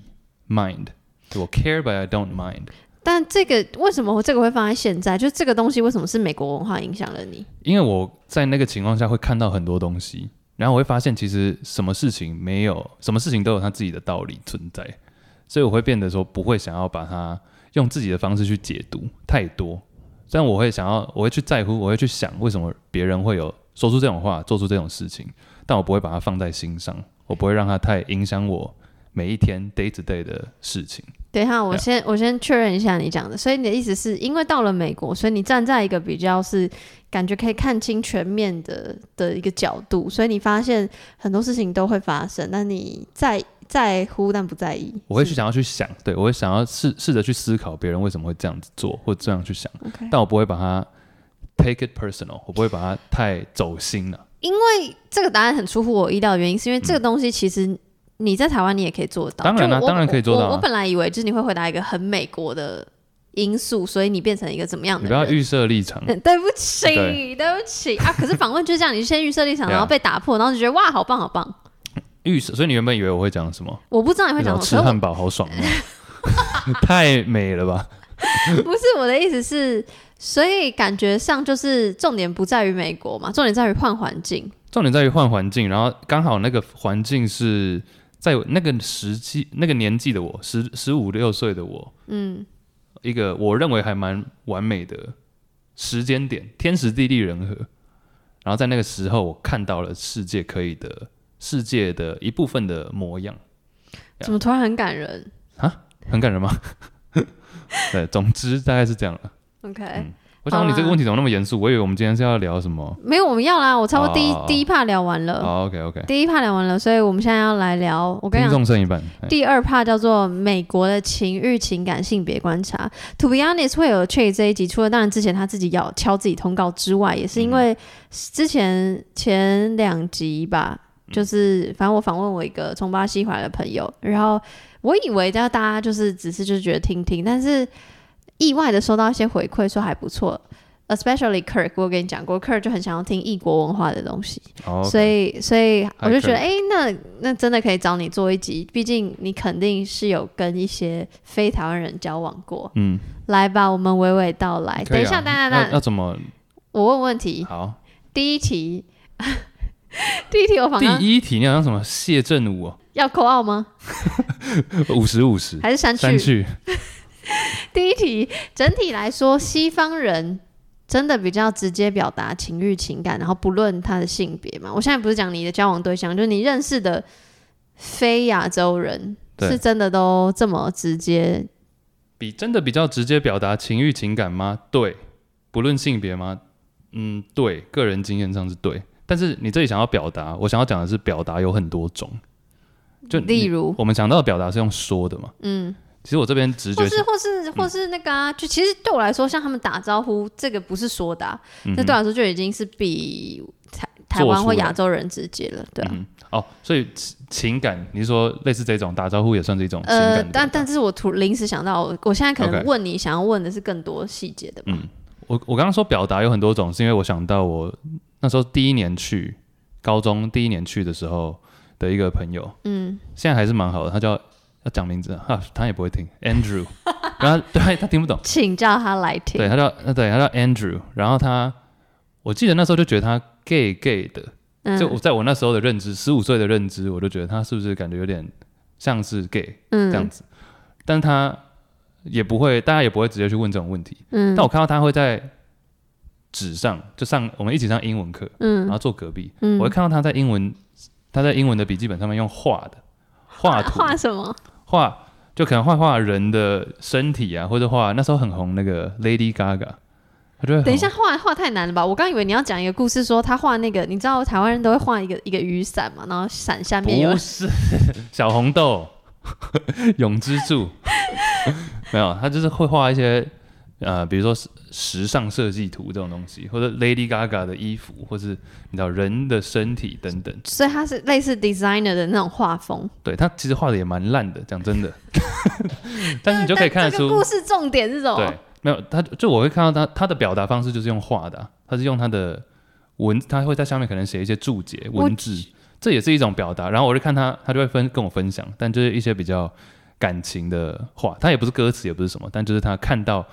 mind，就我 care but I don't mind。但这个为什么我这个会放在现在？就这个东西为什么是美国文化影响了你？因为我在那个情况下会看到很多东西，然后我会发现其实什么事情没有，什么事情都有它自己的道理存在，所以我会变得说不会想要把它用自己的方式去解读太多，但我会想要，我会去在乎，我会去想为什么别人会有说出这种话，做出这种事情，但我不会把它放在心上，我不会让它太影响我每一天 day to day 的事情。等一下，我 Yeah 先我先确认一下你讲的。所以你的意思是因为到了美国，所以你站在一个比较是感觉可以看清全面的的一个角度，所以你发现很多事情都会发生，但你在在乎但不在意。我会去是想要去想，对我会想要试试着去思考别人为什么会这样子做，或这样去想 OK 但我不会把它 take it personal，我不会把它太走心了。这个答案很出乎我意料的原因，是因为这个东西其实你在台湾你也可以做到。当然啦就我当然可以做到啊我我我本来以为就是你会回答一个很美国的因素，所以你变哦成一个怎么样你的不要人？预设立场，嗯 对不起，对对不起啊！可是访问就是这样，你先预设立场， 对啊然后被打破，然后就觉得哇，好棒，好棒！预设。所以你原本以为我会讲什么？我不知道你会那讲种什吃么，汉堡好爽哦， 太美了吧？可是我不是我的意思是，所以感觉上就是重点不在于美国嘛，重点在于换环境。重点在于换环境，然后刚好那个环境是在那个时期、那个年纪的我，十十五六岁的我，嗯，一个我认为还蛮完美的时间点，天时地利人和。然后在那个时候，我看到了世界可以的世界的一部分的模样，怎么突然很感人很感人吗？ 对，总之大概是这样了。 ？OK，、嗯我想你这个问题怎么那么严肃？我以为我们今天是要聊什么。没有，我们要啦，我差不多第一、哦第一趴聊完了，好，OK OK，第一趴聊完了，所以我们现在要来聊，呃我跟你听讲。众剩一半。哎第二趴叫做美国的情欲、情感、性别观察。To be honest，会有 Che 这一集，除了当然之前他自己要敲自己通告之外，也嗯是因为之前前两集嗯吧，就是反正我访问我一个从巴西回来的朋友，然后我以为大家就是只是就觉得听听，但是意外的收到一些回馈，说还不错。Especially Kirk，我跟你讲过，Kirk 就很想要听异国文化的东西。好，所以，所以我就觉得， Kirk 哎、那那真的可以找你做一集，毕竟你肯定是有跟一些非台湾人交往过。嗯，来吧，我们娓娓道来。可以啊等一下，等一下，等要要一下，怎么我问问题。好？第一题， 第一题我反刚第一题，你好像什么谢振武哦，要扣奥吗？五十五十还是删去？删去， 第一题，整体来说，西方人真的比较直接表达情欲、情感，然后不论他的性别嘛。我现在不是讲你的交往对象，就是你认识的非亚洲人，对是真的都这么直接。比真的比较直接表达情欲情感吗？对，不论性别吗？嗯，对，个人经验上是对。但是你这里想要表达，我想要讲的是，表达有很多种。就例你如，我们想到的表达是用说的嘛？嗯，其实我这边直嗯觉或是或是或是那个啊，就其实对我来说，像他们打招呼，这个不是说的、啊，嗯这哼对我来说就已经是比台台做湾出或来亚洲人直接了，对啊。嗯哦，所以情情感，你是说类似这种打招呼也算是一种情感呃的表达、，但但是我突临时想到，我我现在可能 OK 问你想要问的是更多细节的吧。嗯我我刚刚说表达有很多种，是因为我想到我那时候第一年去高中第一年去的时候的一个朋友，嗯，现在还是蛮好的，他叫要讲名字啊，哈他也不会听 Andrew，然后他对他听不懂，请叫他来听。对他叫呃对他叫 Andrew，然后他我记得那时候就觉得他 gay gay 的，嗯就我在我那时候的认知，十五岁的认知，我就觉得他是不是感觉有点像是 gay 这样嗯子，但他也不会，大家也不会直接去问这种问题，嗯但我看到他会在纸上，就上我们一起上英文课，然嗯后坐隔壁，嗯我会看到他在英文他在英文的笔记本上面用画的画图画什么？画，就可能画画人的身体啊，或者画那时候很红那个 Lady Gaga，他就会很等一下，画画太难了吧？我刚以为你要讲一个故事，说他画那个，你知道台湾人都会画一个一个雨伞嘛，然后伞下面有不是 小红豆 永之助， 没有，他就是会画一些呃，比如说时时尚设计图这种东西，或者 Lady Gaga 的衣服，或是你知道人的身体等等。所以他是类似 designer 的那种画风，对他其实画的也蛮烂的，讲 真的，但是你就可以看得这个出故，事重点是什么？对，没有他就我会看到他他的表达方式就是用画的啊、他是用他的文，他会在下面可能写一些注解我文字，这也是一种表达。然后我就看他，他就会分跟我分享，但就是一些比较感情的话，他也不是歌词，也不是什么，但就是他看到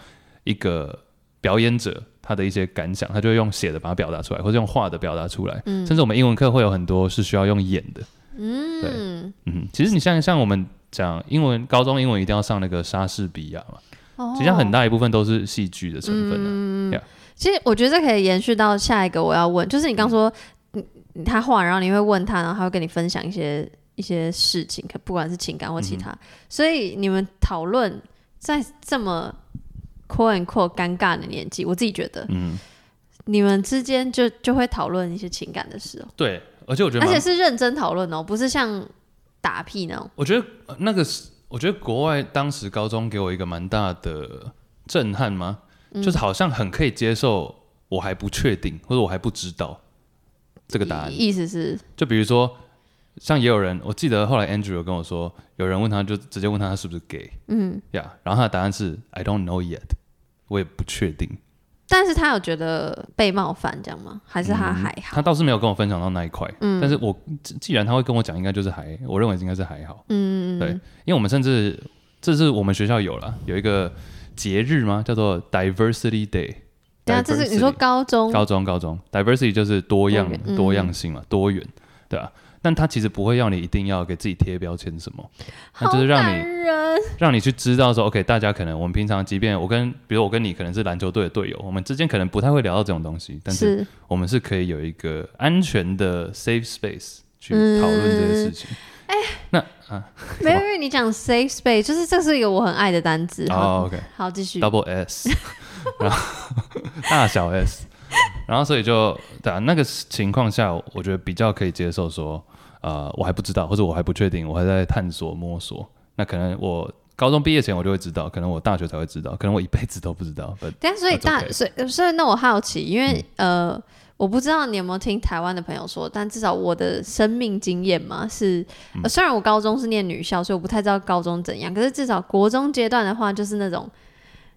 一个表演者他的一些感想，他就会用写的把它表达出来，或者用画的表达出来。嗯甚至我们英文课会有很多是需要用演的。嗯，嗯，其实你像像我们讲英文，高中英文一定要上那个莎士比亚嘛，哦嗯其实很大一部分都是戏剧的成分啊。其实我觉得这可以延续到下一个我要问，就是你刚说，嗯，他画，然后你会问他，然后他会跟你分享一些一些事情，可不管是情感或其他，所以你们讨论在这么 “quote and quote” 尴尬的年纪，我自己觉得嗯，你们之间就就会讨论一些情感的事哦、对，而且我觉得而且蛮，是认真讨论哦，不是像打屁那种。我觉得呃那个是，我觉得国外当时高中给我一个蛮大的震撼吗？嗯就是好像很可以接受，我还不确定或者我还不知道这个答案。意思是，就比如说，像也有人，我记得后来 Andrew 有跟我说，有人问他就直接问他他是不是 gay 嗯，呀、然后他的答案是 I don't know yet，我也不确定。但是他有觉得被冒犯这样吗？还是他还嗯好？嗯他倒是没有跟我分享到那一块，但是我既既然他会跟我讲，应该就是还，我认为应该是还好，嗯，对，因为我们甚至这是我们学校有了有一个节日吗？叫做 Diversity Day。对啊，这是你说 Diversity 高中高中高中 Diversity 就是多样多元嗯多样性嘛，多元，对吧、啊但他其实不会要你一定要给自己贴标签什 么，那好就是让你感人，让你去知道说，OK，大家可能我们平常，即便我跟，比如我跟你可能是篮球队的队友，我们之间可能不太会聊到这种东西，但是 是我们是可以有一个安全的 safe space 去讨论这件事情。哎、那啊没有，因为你讲 safe space，就是这是一个我很爱的单词。好哦，OK 好，继续。 ，double S，然后大小 S，然后所以就对啊，那个情况下，我觉得比较可以接受说，呃，我还不知道，或者我还不确定，我还在探索摸索。那可能我高中毕业前我就会知道，可能我大学才会知道，可能我一辈子都不知道。But 但所以 That's 大 okay 嗯所以所以那我好奇，因为、呃，我不知道你有没有听台湾的朋友说，但至少我的生命经验嘛是、嗯呃虽然我高中是念女校，所以我不太知道高中怎样，可是至少国中阶段的话，就是那种。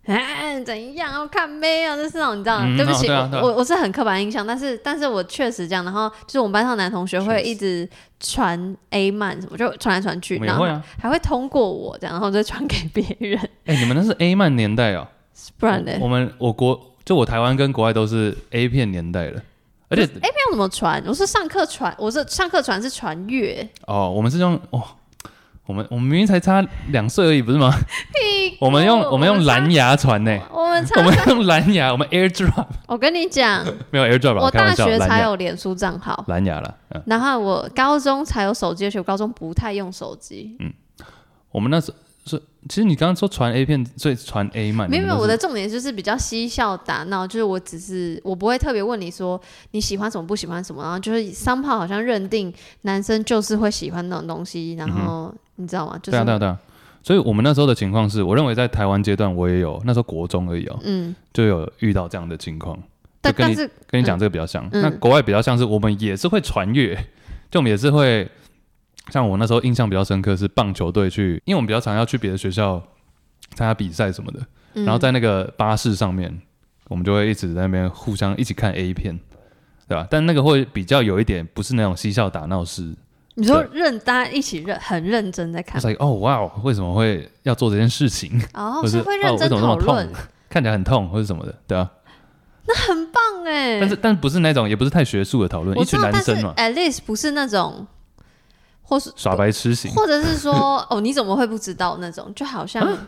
哎，怎样？我看妹啊，就是那种你知道吗？嗯对不哦起，对啊对啊我我我是很刻板印象，但是但是我确实这样。然后就是我们班上的男同学确会实一直传 A 漫什么，就传来传去，我们也然后会啊还会通过我这样，然后就传给别人，哎、你们那是 A 漫年代哦，不然呢？我我们我国就我台湾跟国外都是 A 片年代了，而且要怎么传？我是上课传，我是上课传是传阅，哦，我们是用哦，我们我们明明才差两岁而已，不是吗？哦我们用我们用蓝牙传呢、我们 我常们用蓝牙，我们 AirDrop 我跟你讲，没有 AirDrop，啊我开大玩笑，学蓝才牙有脸书账号，蓝牙了，嗯，然后我高中才有手机，而且我高中不太用手机。我们那时候是其实你刚刚说传 A 片，所以传 A 漫，没有，你没们有，都我是的重点就是比较嬉笑打闹，就是我只是我不会特别问你说你喜欢什么不喜欢什么，然后就是三炮好像认定男生就是会喜欢那种东西，然后、你知道吗？就嗯对是啊对啊对啊，所以我们那时候的情况是，我认为在台湾阶段我也有，那时候国中而已哦，嗯，就有遇到这样的情况。但跟但你是跟你讲这个比较像。嗯那国外比较像是我们也是会传阅，就我们也是会，像我那时候印象比较深刻是棒球队去，因为我们比较常要去别的学校参加比赛什么的，嗯然后在那个巴士上面，我们就会一直在那边互相一起看 A 片。对吧？但那个会比较有一点，不是那种嬉笑打闹式，你说认大家一起认很认真在就看是，like, 哦哇哦，为什么会要做这件事情？哦，或者是是会哦认为什真么那么讨论痛，，看起来很痛或者什么的，对啊。很棒哎、但是但不是那种，也不是太学术的讨论，我一知群道，男但是呃生嘛， at least 不是那种，或是耍白痴型。或者 是说哦，你怎么会不知道那种？就好像、啊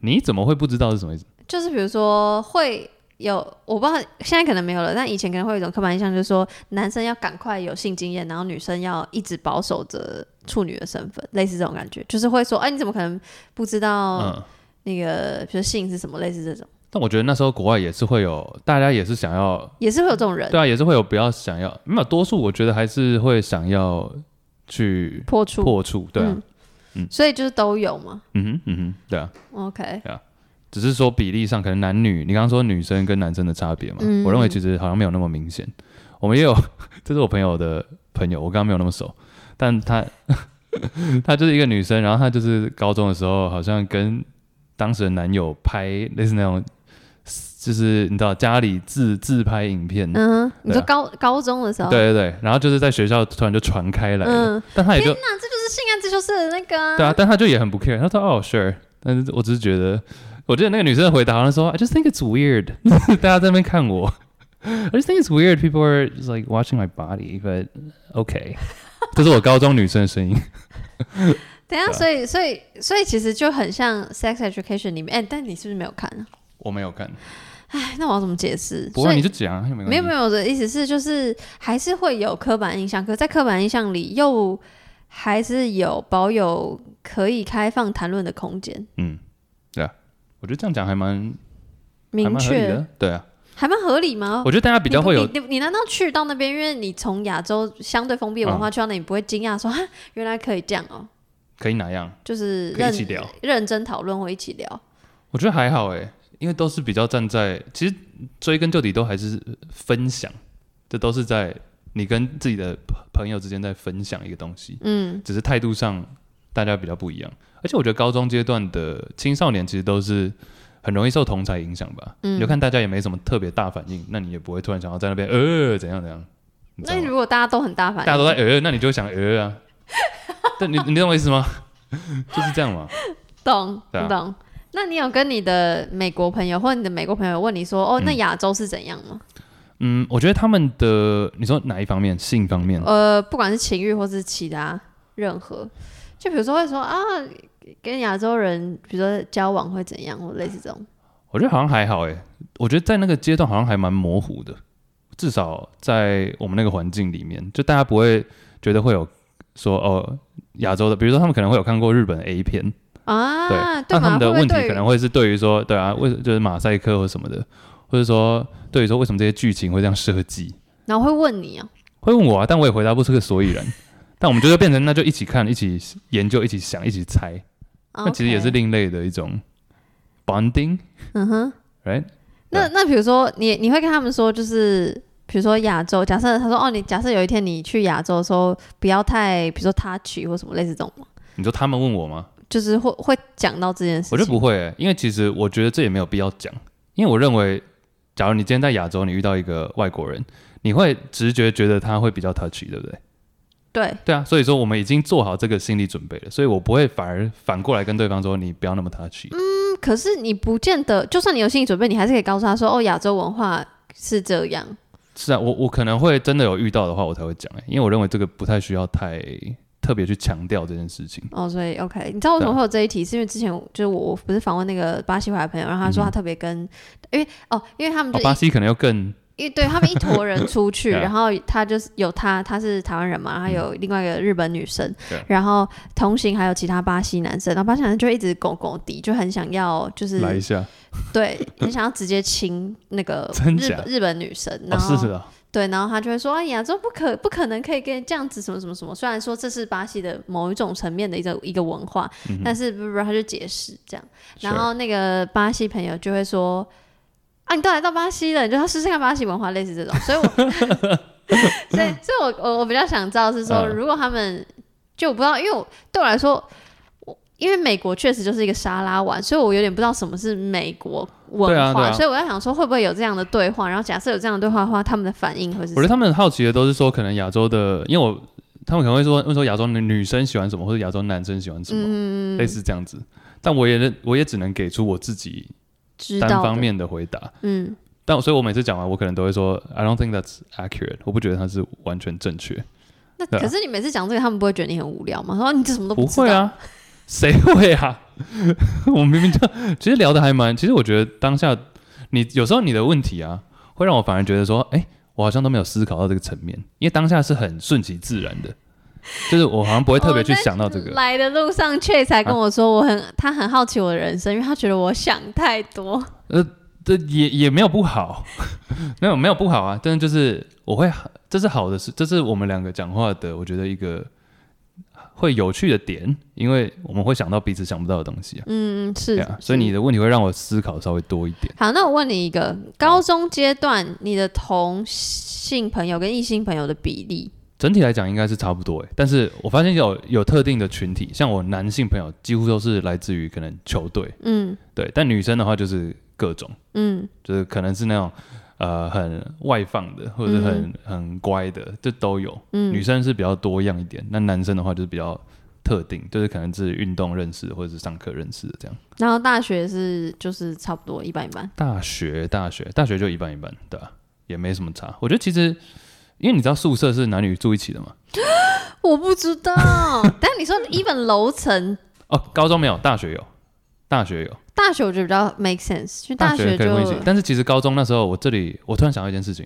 你怎么会不知道是什么意思？就是比如说会。有我不知道，现在可能没有了，但以前可能会有一种刻板印象，就是说男生要赶快有性经验，然后女生要一直保守着处女的身份，类似这种感觉，就是会说，哎、你怎么可能不知道嗯，那个，比如性是什么，类似这种，但我觉得那时候国外也是会有，大家也是想要，也是会有这种人对啊，也是会有不要想要，没有多数我觉得还是会想要去破处，破处，对啊嗯，所以就是都有嘛。嗯哼，嗯哼，对啊， OK，只是说比例上可能男女，你刚刚说女生跟男生的差别嘛，嗯我认为其实好像没有那么明显。我们也有， 这是我朋友的朋友，我刚刚没有那么熟，但 她她就是一个女生，然后她就是高中的时候好像跟当时的男友拍类似那种，就是你知道家里自自拍影片，嗯，你说对啊高高中的时候，对对对，然后就是在学校突然就传开来了，嗯但她也就那这就是性爱自修室的那个、啊对啊，但她就也很不 care，她说哦 sure，但是我只是觉得，我记得那个女生的回答好像说 I just think it's weird，大 家在那边看我，I just think it's weird people are just like watching my body，but okay，这 是我高中女生的声音，等一下，对啊所以所以所以其实就很像《Sex Education》里面，哎、但你是不是没有看啊？ 我没有看，哎，那我要怎么解释？不所过以你就讲啊，没关没系有没有，我的意思是就是还是会有刻板印象，可在刻板印象里又还是有保有可以开放谈论的空间，嗯，对啊，我觉得这样讲还蛮还明蛮合理确的，对啊，还蛮合理吗？我觉得大家比较会有啊你你你你难道去到那边，因为你从亚洲相对封闭的文嗯化去到那，你不会惊讶说啊，原来可以这样哦、可以哪样，就是可以认一起聊。认真讨论或一起聊。我觉得还好诶，因为都是比较站在，其实追根究底都还是分享，这都是在你跟自己的朋朋友之间在分享一个东西，嗯，只是态度上大家比较不一样。而且我觉得高中阶段的青少年其实都是很容易受同才影响吧，嗯你就看大家也没什么特别大反应，那你也不会突然想要在那边呃怎样怎样，你知道那吗如果大家都很大反应，大家都在呃，那你就会想呃啊， 但你你懂我意思吗？ 就是这样嘛。懂，对啊我懂。那你有跟你的美国朋友或你的美国朋友问你说，哦，那亚洲是怎样吗？嗯，我觉得他们的你说哪一方面？性方面？呃，不管是情欲或是其他任何，就比如说会说啊，跟亚洲人，比如说交往会怎样，或类似这种。我觉得好像还好诶、欸我觉得在那个阶段好像还蛮模糊的，至少在我们那个环境里面，就大家不会觉得会有说哦亚洲的，比如说他们可能会有看过日本的 A 片，啊，对，对那他们嘛？会的不会问题对可能会是对于说对啊，为就是马赛克或什么的，或者说对于说为什么这些剧情会这样设计，然后会问你哦、会问我啊，但我也回答不出个所以然。但我们就会变成那就一起看、一起研究、一起想、一起猜，啊那其实也是 OK 另类的一种 bonding，嗯哼。 right？那那比如说你你会跟他们说，就是比如说亚洲，假设他说哦，你假设有一天你去亚洲的时候，不要太比如说 touch 或什么类似这种吗，你说他们问我吗？就是会会讲到这件事我情。觉得不会、欸，因为其实我觉得这也没有必要讲，因为我认为，假如你今天在亚洲，你遇到一个外国人，你会直觉觉得他会比较 touchy，对不对？对，对啊，所以说我们已经做好这个心理准备了，所以我不会反而反过来跟对方说你不要那么 touchy。嗯可是你不见得，就算你有心理准备，你还是可以告诉他说哦，亚洲文化是这样。是啊，我我可能会真的有遇到的话，我才会讲、欸，因为我认为这个不太需要太特别去强调这件事情。哦，所以 OK，你知道为什么会有这一题？是因为之前我就是我我不是访问那个巴西回来的朋友，然后他说他特别跟，因为哦，因为他们嗯就哦一、，巴西可能又更因为对他们一坨人 出去， Yeah. 嗯然后他就是有他，他是台湾人嘛，然后有另外一个日本女生 Yeah. 然后同行还有其他巴西男生，然后巴西男生就一直狗狗滴，就很想要就是来一下，哦对，很想要直接亲那个真日假本日本女生，哦，然后、是是啊，对，然后他就会说啊，亚洲不可不可能可以跟你这样子什么什么什么，虽然说这是巴西的某一种层面的一个一个文化，嗯但是不不不，他就解释这样，然后那个巴西朋友就会说。啊，你都来到巴西了，你就要试试看巴西文化，类似这种。所以我， 所以，所以我我我比较想知道是说，嗯如果他们就我不知道，因为我对我来说，我因为美国确实就是一个沙拉碗，所以我有点不知道什么是美国文对啊化，对啊所以我在想说会不会有这样的对话，然后假设有这样的对话的话，他们的反应会是什我觉么？得他们很好奇的都是说，可能亚洲的，因为我他们可能会说，会说亚洲女女生喜欢什么，或者亚洲男生喜欢什嗯么，类似这样子。但我也认我也只能给出我自己知道单的方，面的回答。嗯，但所以，我每次讲完，我可能都会说，I don't think that's accurate，我不觉得它是完全正确。那对啊可是你每次讲这个，他们不会觉得你很无聊吗？说你这什么都不知道，会啊，谁会啊？ 我明明就其实聊的还蛮，其实我觉得当下你有时候你的问题啊，会让我反而觉得说，哎、我好像都没有思考到这个层面，因为当下是很顺其自然的，就是我好像不会特别去想到这 个。啊嗯来的路上，却才跟我说，我很、他很好奇我的人生，因为他觉得我想太多。这也也没有不好， 没有没有不好啊，但是就是我会，这是好的事，这是我们两个讲话的，我觉得一个会有趣的点，因为我们会想到彼此想不到的东西啊，嗯，是。对啊，所以你的问题会让我思考稍微多一点。好，那我问你一个，高中阶段你的同性朋友跟异性朋友的比例，整体来讲应该是差不多诶，欸但是我发现有有特定的群体，像我男性朋友几乎都是来自于可能球队，嗯对，但女生的话就是各种，嗯，就是可能是那种呃很外放的，或者是很、很乖的，这都有。嗯女生是比较多样一点，那男生的话就是比较特定，就是可能是运动认识的或者是上课认识的这样。然后大学是就是差不多一般一般，大学大学大学就一半一半，对吧、啊也没什么差。我觉得其实因为你知道宿舍是男女住一起的嘛，我不知 道。但你说 even 楼层哦，高中没有，大学有，大学有。大学我觉得比较 make sense，去大学学可以就混一起，但是其实高中那时候，我这里我突然想到一件事情，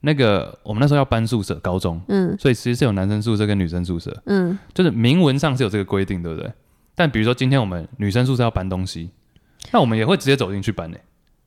那个我们那时候要搬宿舍，高中，嗯所以其实是有男生宿舍跟女生宿舍，嗯，就是明文上是有这个规定，对不对？但比如说今天我们女生宿舍要搬东西，那我们也会直接走进去搬呢、欸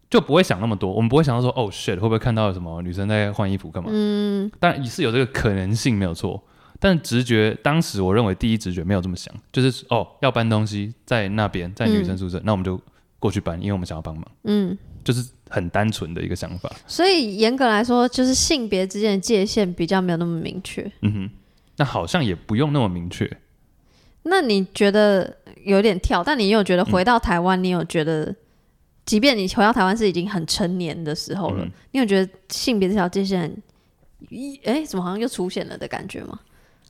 就不会想那么多，我们不会想到说哦 shit 会不会看到什么女生在换衣服干嘛？嗯，当然是有这个可能性没有错，但直觉当时我认为第一直觉没有这么想，就是哦要搬东西在那边在女生宿舍，那我们就过去搬，因为我们想要帮忙。嗯，就是很单纯的一个想法。所以严格来说，就是性别之间的界限比较没有那么明确。嗯哼，那好像也不用那么明确。那你觉得有点跳，但你有觉得回到台湾，你有觉得，即便你回到台湾是已经很成年的时候了，嗯你有觉得性别这条界限，咦，哎，怎么好像又出现了的感觉吗？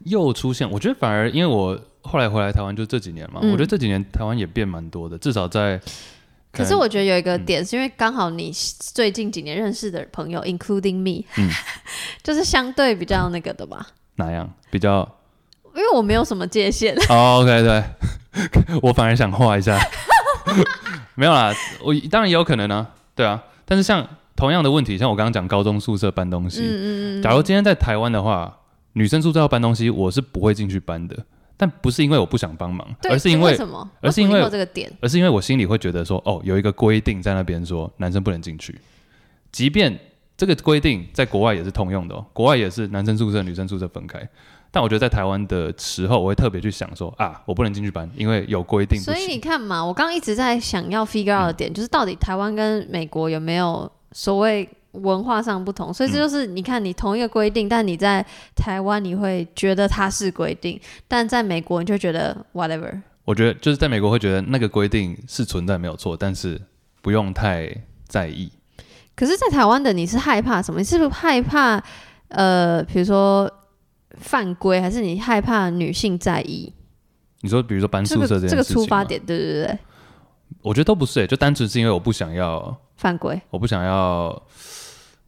又出现，我觉得反而因为我后来回来台湾就这几年嘛，嗯我觉得这几年台湾也变蛮多的，至少在可是我觉得有一个点，是因为刚好你最近几年认识的朋友，including me，、嗯 就是相对比较那个的吧，哪样比较、因为我没有什么界限。哦、？OK，对， 我反而想画一下， 没有啦，我当然也有可能啊，对啊，但是像同样的问题，像我刚刚讲高中宿舍搬东西，嗯嗯嗯，假如今天在台湾的话，女生宿舍要搬东西，我是不会进去搬的，但不是因为我不想帮忙，对，而是因这为什么？而是因为为什么你会有这个点，而是因为我心里会觉得说，哦，有一个规定在那边说男生不能进去，即便这个规定在国外也是通用的哦，国外也是男生宿舍、女生宿舍分开。但我觉得在台湾的时候，我会特别去想说啊，我不能进去搬，因为有规定不嗯所以你行。看嘛，我刚刚一直在想要 figure out 的点，就是到底台湾跟美国有没有所谓文化上不同？所嗯以这就是你看，你同一个规定，但你在台湾你会觉得它是规定，但在美国你就觉得 whatever。我觉得就是在美国会觉得那个规定是存在没有错，但是不用太在意。可是，在台湾的你是害怕什么？你是不是害怕呃，比如说犯规，还是你害怕女性在意？你说，比如说搬这宿个舍件事这情，个出发，点，对对对对，我觉得都不是、欸，就单纯是因为我不想要犯规。我不想要，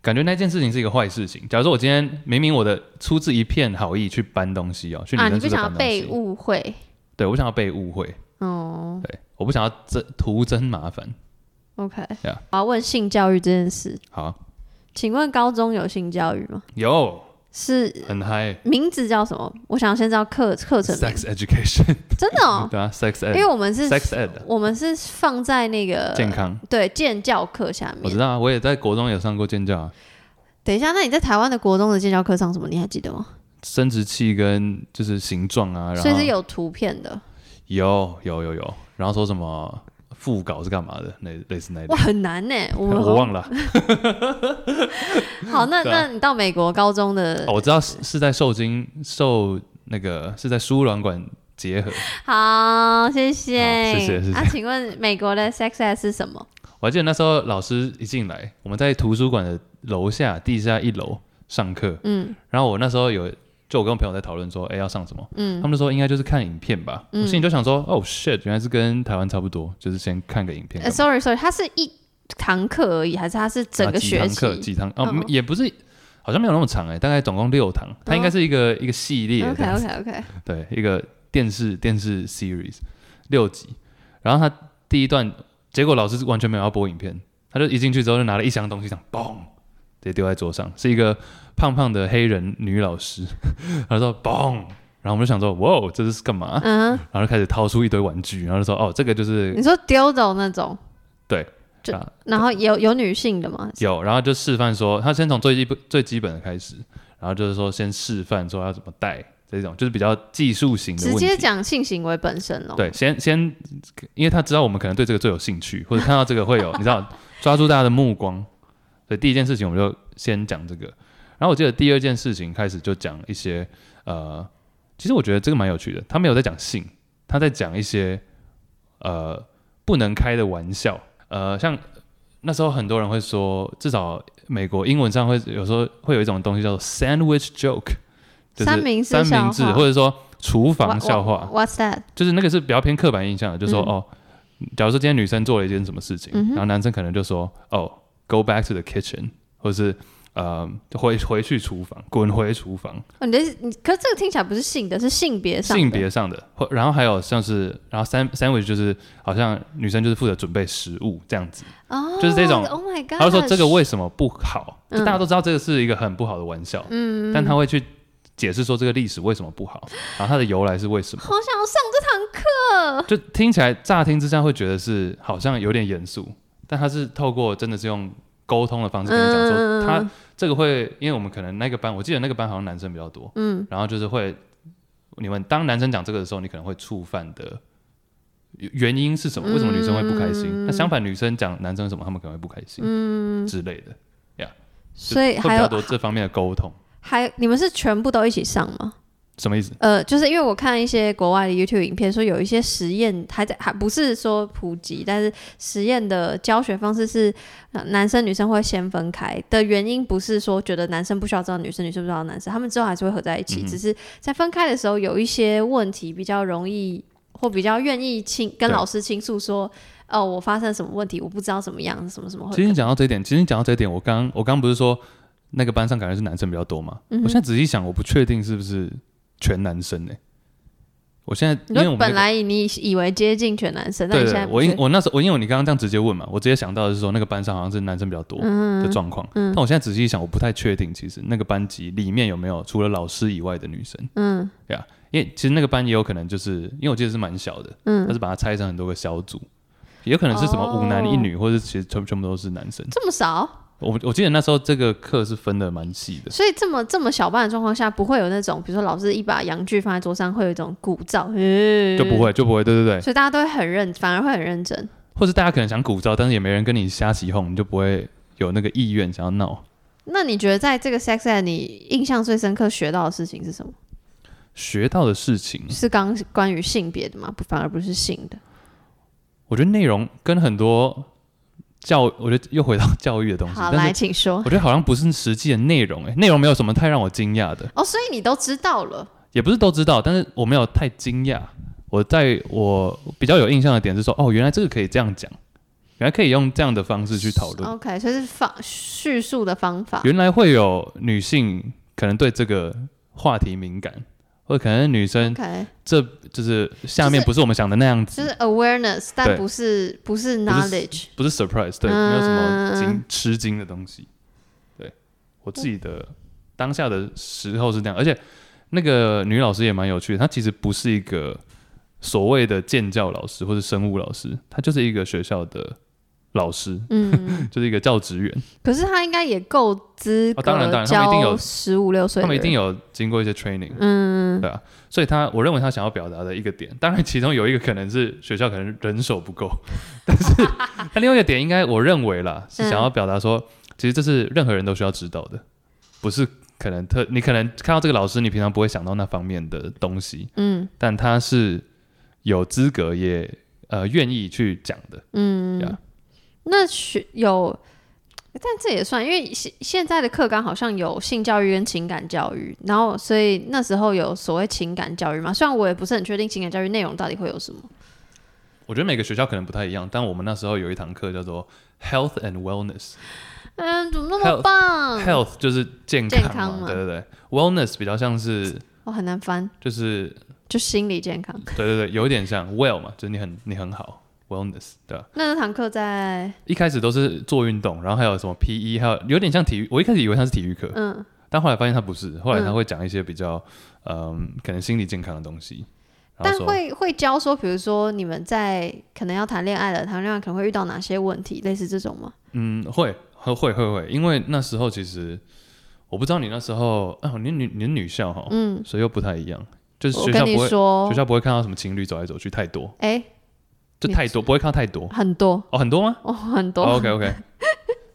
感觉那件事情是一个坏事情。假如说我今天明明我的出自一片好意去搬东西哦，去女啊，生你宿不舍想要搬东被西，误会对我不想要被误会，哦。对我不想要增徒增麻烦。 OK，、 Yeah 我要问性教育这件事，好，请问高中有性教育吗？有是很嗨名字叫什么？我想先知道课课程名，sex education，，真的 哦对啊，sex 因为 ed，sex 我们是 ed 我们是放在那个健康，对健教课下我知面。道啊，我也在国中有上过健教啊，等一下，那你在台湾的国中的健教课上什么？你还记得吗？生殖器跟就是形状啊，然所后以是有图片的，有有有有，然后说什么副稿是干嘛的，类类似那一哇，类，很 难呢。我们我忘了。好，那对啊那你到美国高中的哦，我知道是是在受精受那个是在输卵管结合。好，谢谢，好谢谢谢谢啊，请问美国的 sex ed 是什么？我还记得那时候老师一进来，我们在图书馆的楼下地下一楼上课，嗯然后我那时候有就我跟我朋友在讨论说，哎、要上什么？嗯他们就说应该就是看影片吧。嗯我心里就想说，哦 shit，原来是跟台湾差不多，就是先看个影片干嘛。呃，sorry sorry，它是一堂课而已，还是它是整个啊几学堂期课几堂哦，嗯也不是，好像没有那么长哎、大概总共六堂，它哦应该是一个、一个系列这？OK 样子 OK OK，对，一个电视电视 series 六集，然后他第一段，结果老师完全没有要播影片，他就一进去之后就拿了一箱东西，这样嘣，直接丢在桌上，是一个胖胖的黑人女老师， 然后说嘣，然后我们就想说，哇，这是干嘛？嗯哼，然后就开始掏出一堆玩具，然后就说，哦，这个就是你说丢走那种，这啊然后有有女性的吗？有，然后就示范说，他先从最基本最基本的开始，然后就是说先示范说要怎么带这种，就是比较技术型的直问题。接讲性行为本身哦咯。对，先先，因为他知道我们可能对这个最有兴趣，或者看到这个会 有，你知道，抓住大家的目光。所以第一件事情，我们就先讲这个。然后我记得第二件事情开始就讲一些呃，其实我觉得这个蛮有趣的。他没有在讲性，他在讲一些呃不能开的玩笑。呃，像那时候很多人会说，至少美国英文上会有时候会有一种东西叫做 sandwich joke，就是三明治三明治笑话或者说厨房 What- 笑话。 what- What's that？就是那个是比较偏刻板印象的，就说、嗯哦，假如说今天女生做了一件什么事情，嗯哼然后男生可能就说哦，go back to the kitchen，或是呃回回去厨房，滚回厨房，哦你的你，可是这个听起来不是性的，是性别上的性别上的，或然后还有像是然后 san sandwich 就是好像女生就是负责准备食物这样子，哦，就是这种 Oh my god！他就说这个为什么不好？嗯就大家都知道这个是一个很不好的玩笑，嗯，但他会去解释说这个历史为什么不好，然后它的由来是为什么。好想要上这堂课，就听起来乍听之下会觉得是好像有点严肃，但他是透过真的是用沟通的方式跟你讲说，嗯他这个会，因为我们可能那个班，我记得那个班好像男生比较多，嗯，然后就是会，你们当男生讲这个的时候，你可能会触犯的原因是嗯什么？为什么女生会不开心？那相反，女生讲男生什么，他们可能会不开心，之类的，就所以会比嗯还较有多这方面的沟通，还你们是全部都一起上吗？什么意思？呃，就是因为我看一些国外的 YouTube 影片，说有一些实验还在还不是说普及，但是实验的教学方式是、呃男生女生会先分开的原因，不是说觉得男生不需要知道女生，女生不知道男生，他们之后还是会合在一嗯起，哼只是在分开的时候有一些问题比较容易或比较愿意倾跟对老师倾诉说，哦，我发生什么问题，我不知道怎么样，什么什么会。其实你讲到这一点，其实你讲到这一点，我刚我刚不是说那个班上感觉是男生比较多嘛？嗯我现在仔细想，我不确定是不是全男生呢、我现在因你为我说们本那个来你以为接近全男生，但对你现对在，不我觉因得我那时候我因为你刚刚这样直接问嘛，我直接想到的是说那个班上好像是男生比较多嗯的状况，但我现在仔细一想，我不太确定其实那个班级里面有没有除了老师以外的女生，啊嗯因为其实那个班也有可能就是因为我记得是蛮小的，他嗯，是把它拆成很多个小组，也有可能是什么哦五男一女，或者是其实全全部都是男生。这么少，我我记得那时候这个课是分的蛮细的，所以这么这么小班的状况下，不会有那种比如说老师一把洋剧放在桌上，会有一种鼓噪，嗯就不，会就不会，对对对，所以大家都会很认，反而会很认真。或是大家可能想鼓噪，但是也没人跟你瞎起哄，你就不会有那个意愿想要闹。那你觉得在这个 sex ed 你印象最深刻学到的事情是什么？学到的事情，是刚关于性别的吗？不，反而不是性的。我觉得内容跟很多教，我觉得又回到 教育的东西，好，但来，是请说我。觉得好像不是实际的内容、欸，内容没有什么太让我惊讶的，哦，所以你都知道了。也不是都知道，但是我没有太惊讶。我在我比较有印象的点是说，哦，原来这个可以这样讲，原来可以用这样的方式去讨论。 OK，所以是方叙述的方法。原来会有女性可能对这个话题敏感，或者可能女生 OK，这就是下面就是不是我们想的那样子，就是 awareness，但对不是不是 knowledge。不是 surprise，对，嗯没有什么惊吃惊的东西。对我自己的当下的时候是这样，而且那个女老师也蛮有趣的，她其实不是一个所谓的建教老师或者生物老师，她就是一个学校的老师， 嗯，就是一个教职员。可是他应该也够资哦当然当格然他们一定有教十五六岁，他们一定。有经过一些 training，嗯，对啊，所以他我认为他想要表达的一个点，当然其中有一个可能是学校可能人手不 够，但是他另外一个点应该我认为啦嗯是想要表达说，其实这是任何人都需要知道的，不是可能特你可能看到这个老师，你平常不会想到那方面的东西，嗯但他是有资格也呃愿意去讲的，嗯 Yeah，那学有，但这也算，因为现现在的课纲好像有性教育跟情感教育，然后所以那时候有所谓情感教育嘛，虽然我也不是很确定情感教育内容到底会有什么。我觉得每个学校可能不太一样，但我们那时候有一堂课叫做 Health and Wellness。嗯，怎么那 Health- 么棒？ Health 就是健康嘛，嗯健康嘛对对对。Wellness 比较像是我哦很难翻，就是就心理健康。对对对，有一点像 well 嘛，就是你很你很好 wellness 对吧？那那堂课在一开始都是做运动，然后还有什么 E，PE，还有有点像体育。我一开始以为它是体育课，嗯，但后来发现它不是。后来他嗯会讲一些比较嗯、可能心理健康的东西。然但后说会会教说，比如说你们在可能要谈恋爱了，谈恋爱可能会遇到哪些问题，类似这种吗？嗯，会会会会会，因为那时候其实我不知道你那时候啊，你女你女校哈，嗯，所以又不太一样，就是我学校跟你不会说学，校不会看到什么情侣走来走去太多，哎、就你太多不会看到太多很多哦，很多吗？哦，很多、哦、OK OK，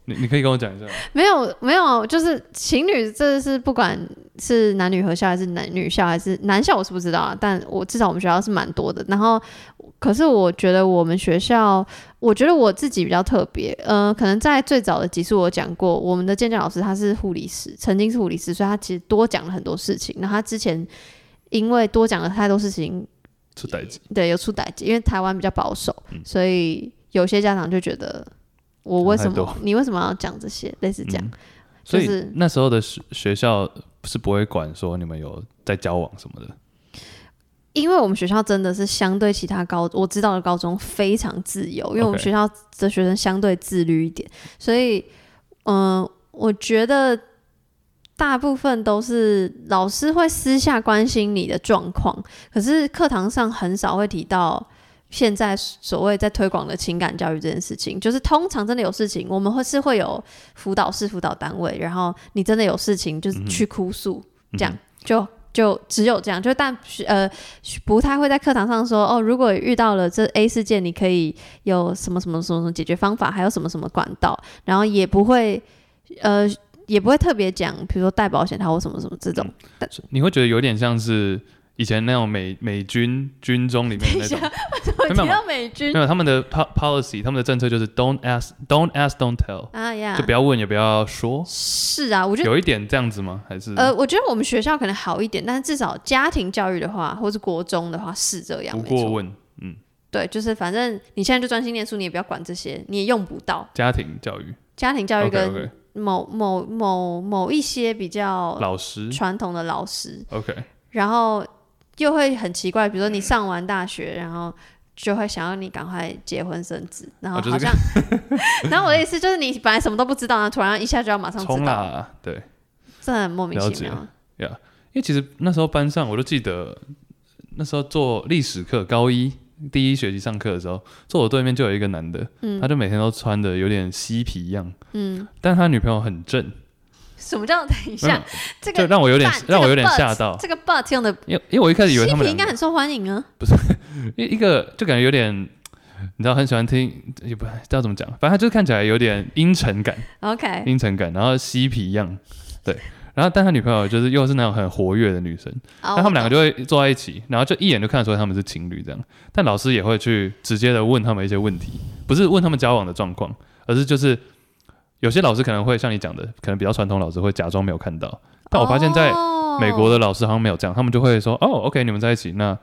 你你可以跟我讲一下吗。没有没有，就是情侣，这是不管是男女合校还是男女校还是男校，我是不知道啊。但我至少我们学校是蛮多的。然后，可是我觉得我们学校，我觉得我自己比较特别。呃，可能在最早的集数我讲过，我们的健教老师他是护理师，曾经是护理师，所以他其实多讲了很多事情。那他之前因为多讲了太多事情，出代机，对，有出歹因为台湾比较保守，所以有些家长就觉得我为什讲太么多你为什么要讲这些，类似这样。嗯就所是以那时候的学学校是不会管说你们有在交往什么的，因为我们学校真的是相对其他高我知道的高中非常自由，因为我们 OK 学校的学生相对自律一点，所以嗯、呃我觉得大部分都是老师会私下关心你的状况，可是课堂上很少会提到。现在所谓在推广的情感教育这件事情，就是通常真的有事情，我们会是会有辅导室、辅导单位，然后你真的有事情就是去哭诉，这样就就只有这样，就但呃不太会在课堂上说哦，如果遇到了这 A 事件，你可以有什么什么什么什么解决方法，还有什么什么管道，然后也不会呃也不会特别讲，比如说带保险套或什么什么这种。是你会觉得有点像是以前那种美美军军中里面嗯的那种，我没有提到美军没有他们的 po- policy，他们的政策就是 don't ask, don't ask, don't tell，、啊呀就，不要问也不要说，是啊，我觉得。有一点这样子吗？还是呃，我觉得我们学校可能好一点，但是至少家庭教育的话，或是国中的话是这样，不没过错。问？嗯，对，就是反正你现在就专心念书，你也不要管这些，你也用不到。家庭教育家庭教育，OK 跟 OK，某某某某一些比较老师传统的老师， ，OK，然后又会很奇怪，比如嗯说你上完大学，然后就会想要你赶快结婚生子，然后啊就是 好像，然后我的意思就是你本来什么都不知道，然后突然一下就要马上冲知道，啦，对，这很莫名其了妙。因为其实那时候班上，我就记得那时候做历史课，高一第一学期上课的时候，坐我对面就有一个男的，嗯他就每天都穿的有点嬉皮样，嗯，但他女朋友很正，什么叫等一没有下？这就个让我有点办这个让我有点 but，吓到，这个 but 用的因为因为我一开始以为嬉他们两皮应该个很受欢迎啊，一一个就感觉有点。你知道很喜欢听，也不知道怎么讲，反正他就是看起来有点阴沉感， OK，阴沉感，然后嬉皮样，对，然后但他女朋友就是又是那种很活跃的女生，好那他们两个就会坐在一起，然后就一眼就看得出来他们是情侣这样。但老师也会去直接的问他们一些问题，不是问他们交往的状况，而是就是有些老师可能会像你讲的，可能比较传统老师会假装没有看到。但我发现哦在美国的的老师好像没有这样，他们就会说：“哦，OK，你们在一起。”那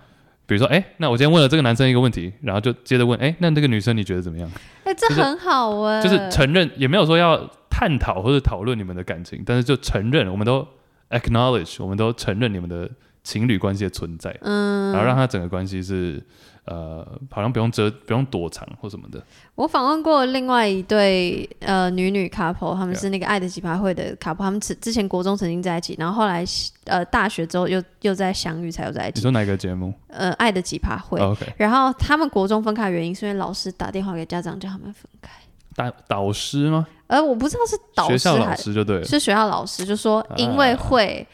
比如说，哎、那我今天问了这个男生一个问题，然后就接着问：“哎、那这个女生你觉得怎么样哎，这就是很好？”哎，就是承认，也没有说要探讨或者讨论你们的感情，但是就承认，我们都 acknowledge，我们都承认你们的情侣关系的存在。嗯，然后让他整个关系是呃，好像不用遮、不用躲藏或什么的。我访问过另外一对呃女女 couple，他们 Yeah. 是那个爱的奇葩会的 couple，他们之之前国中曾经在一起，然后后来呃大学之后又又在相遇才有在一你起。说哪个节目、哦呃，爱的奇葩会。 o k 然后他们国中分开的原因是因为老师打电话给家长叫他们分开，大导师吗？而我不知道是导学师校老还师就啊对了。是学校老师，就说因为会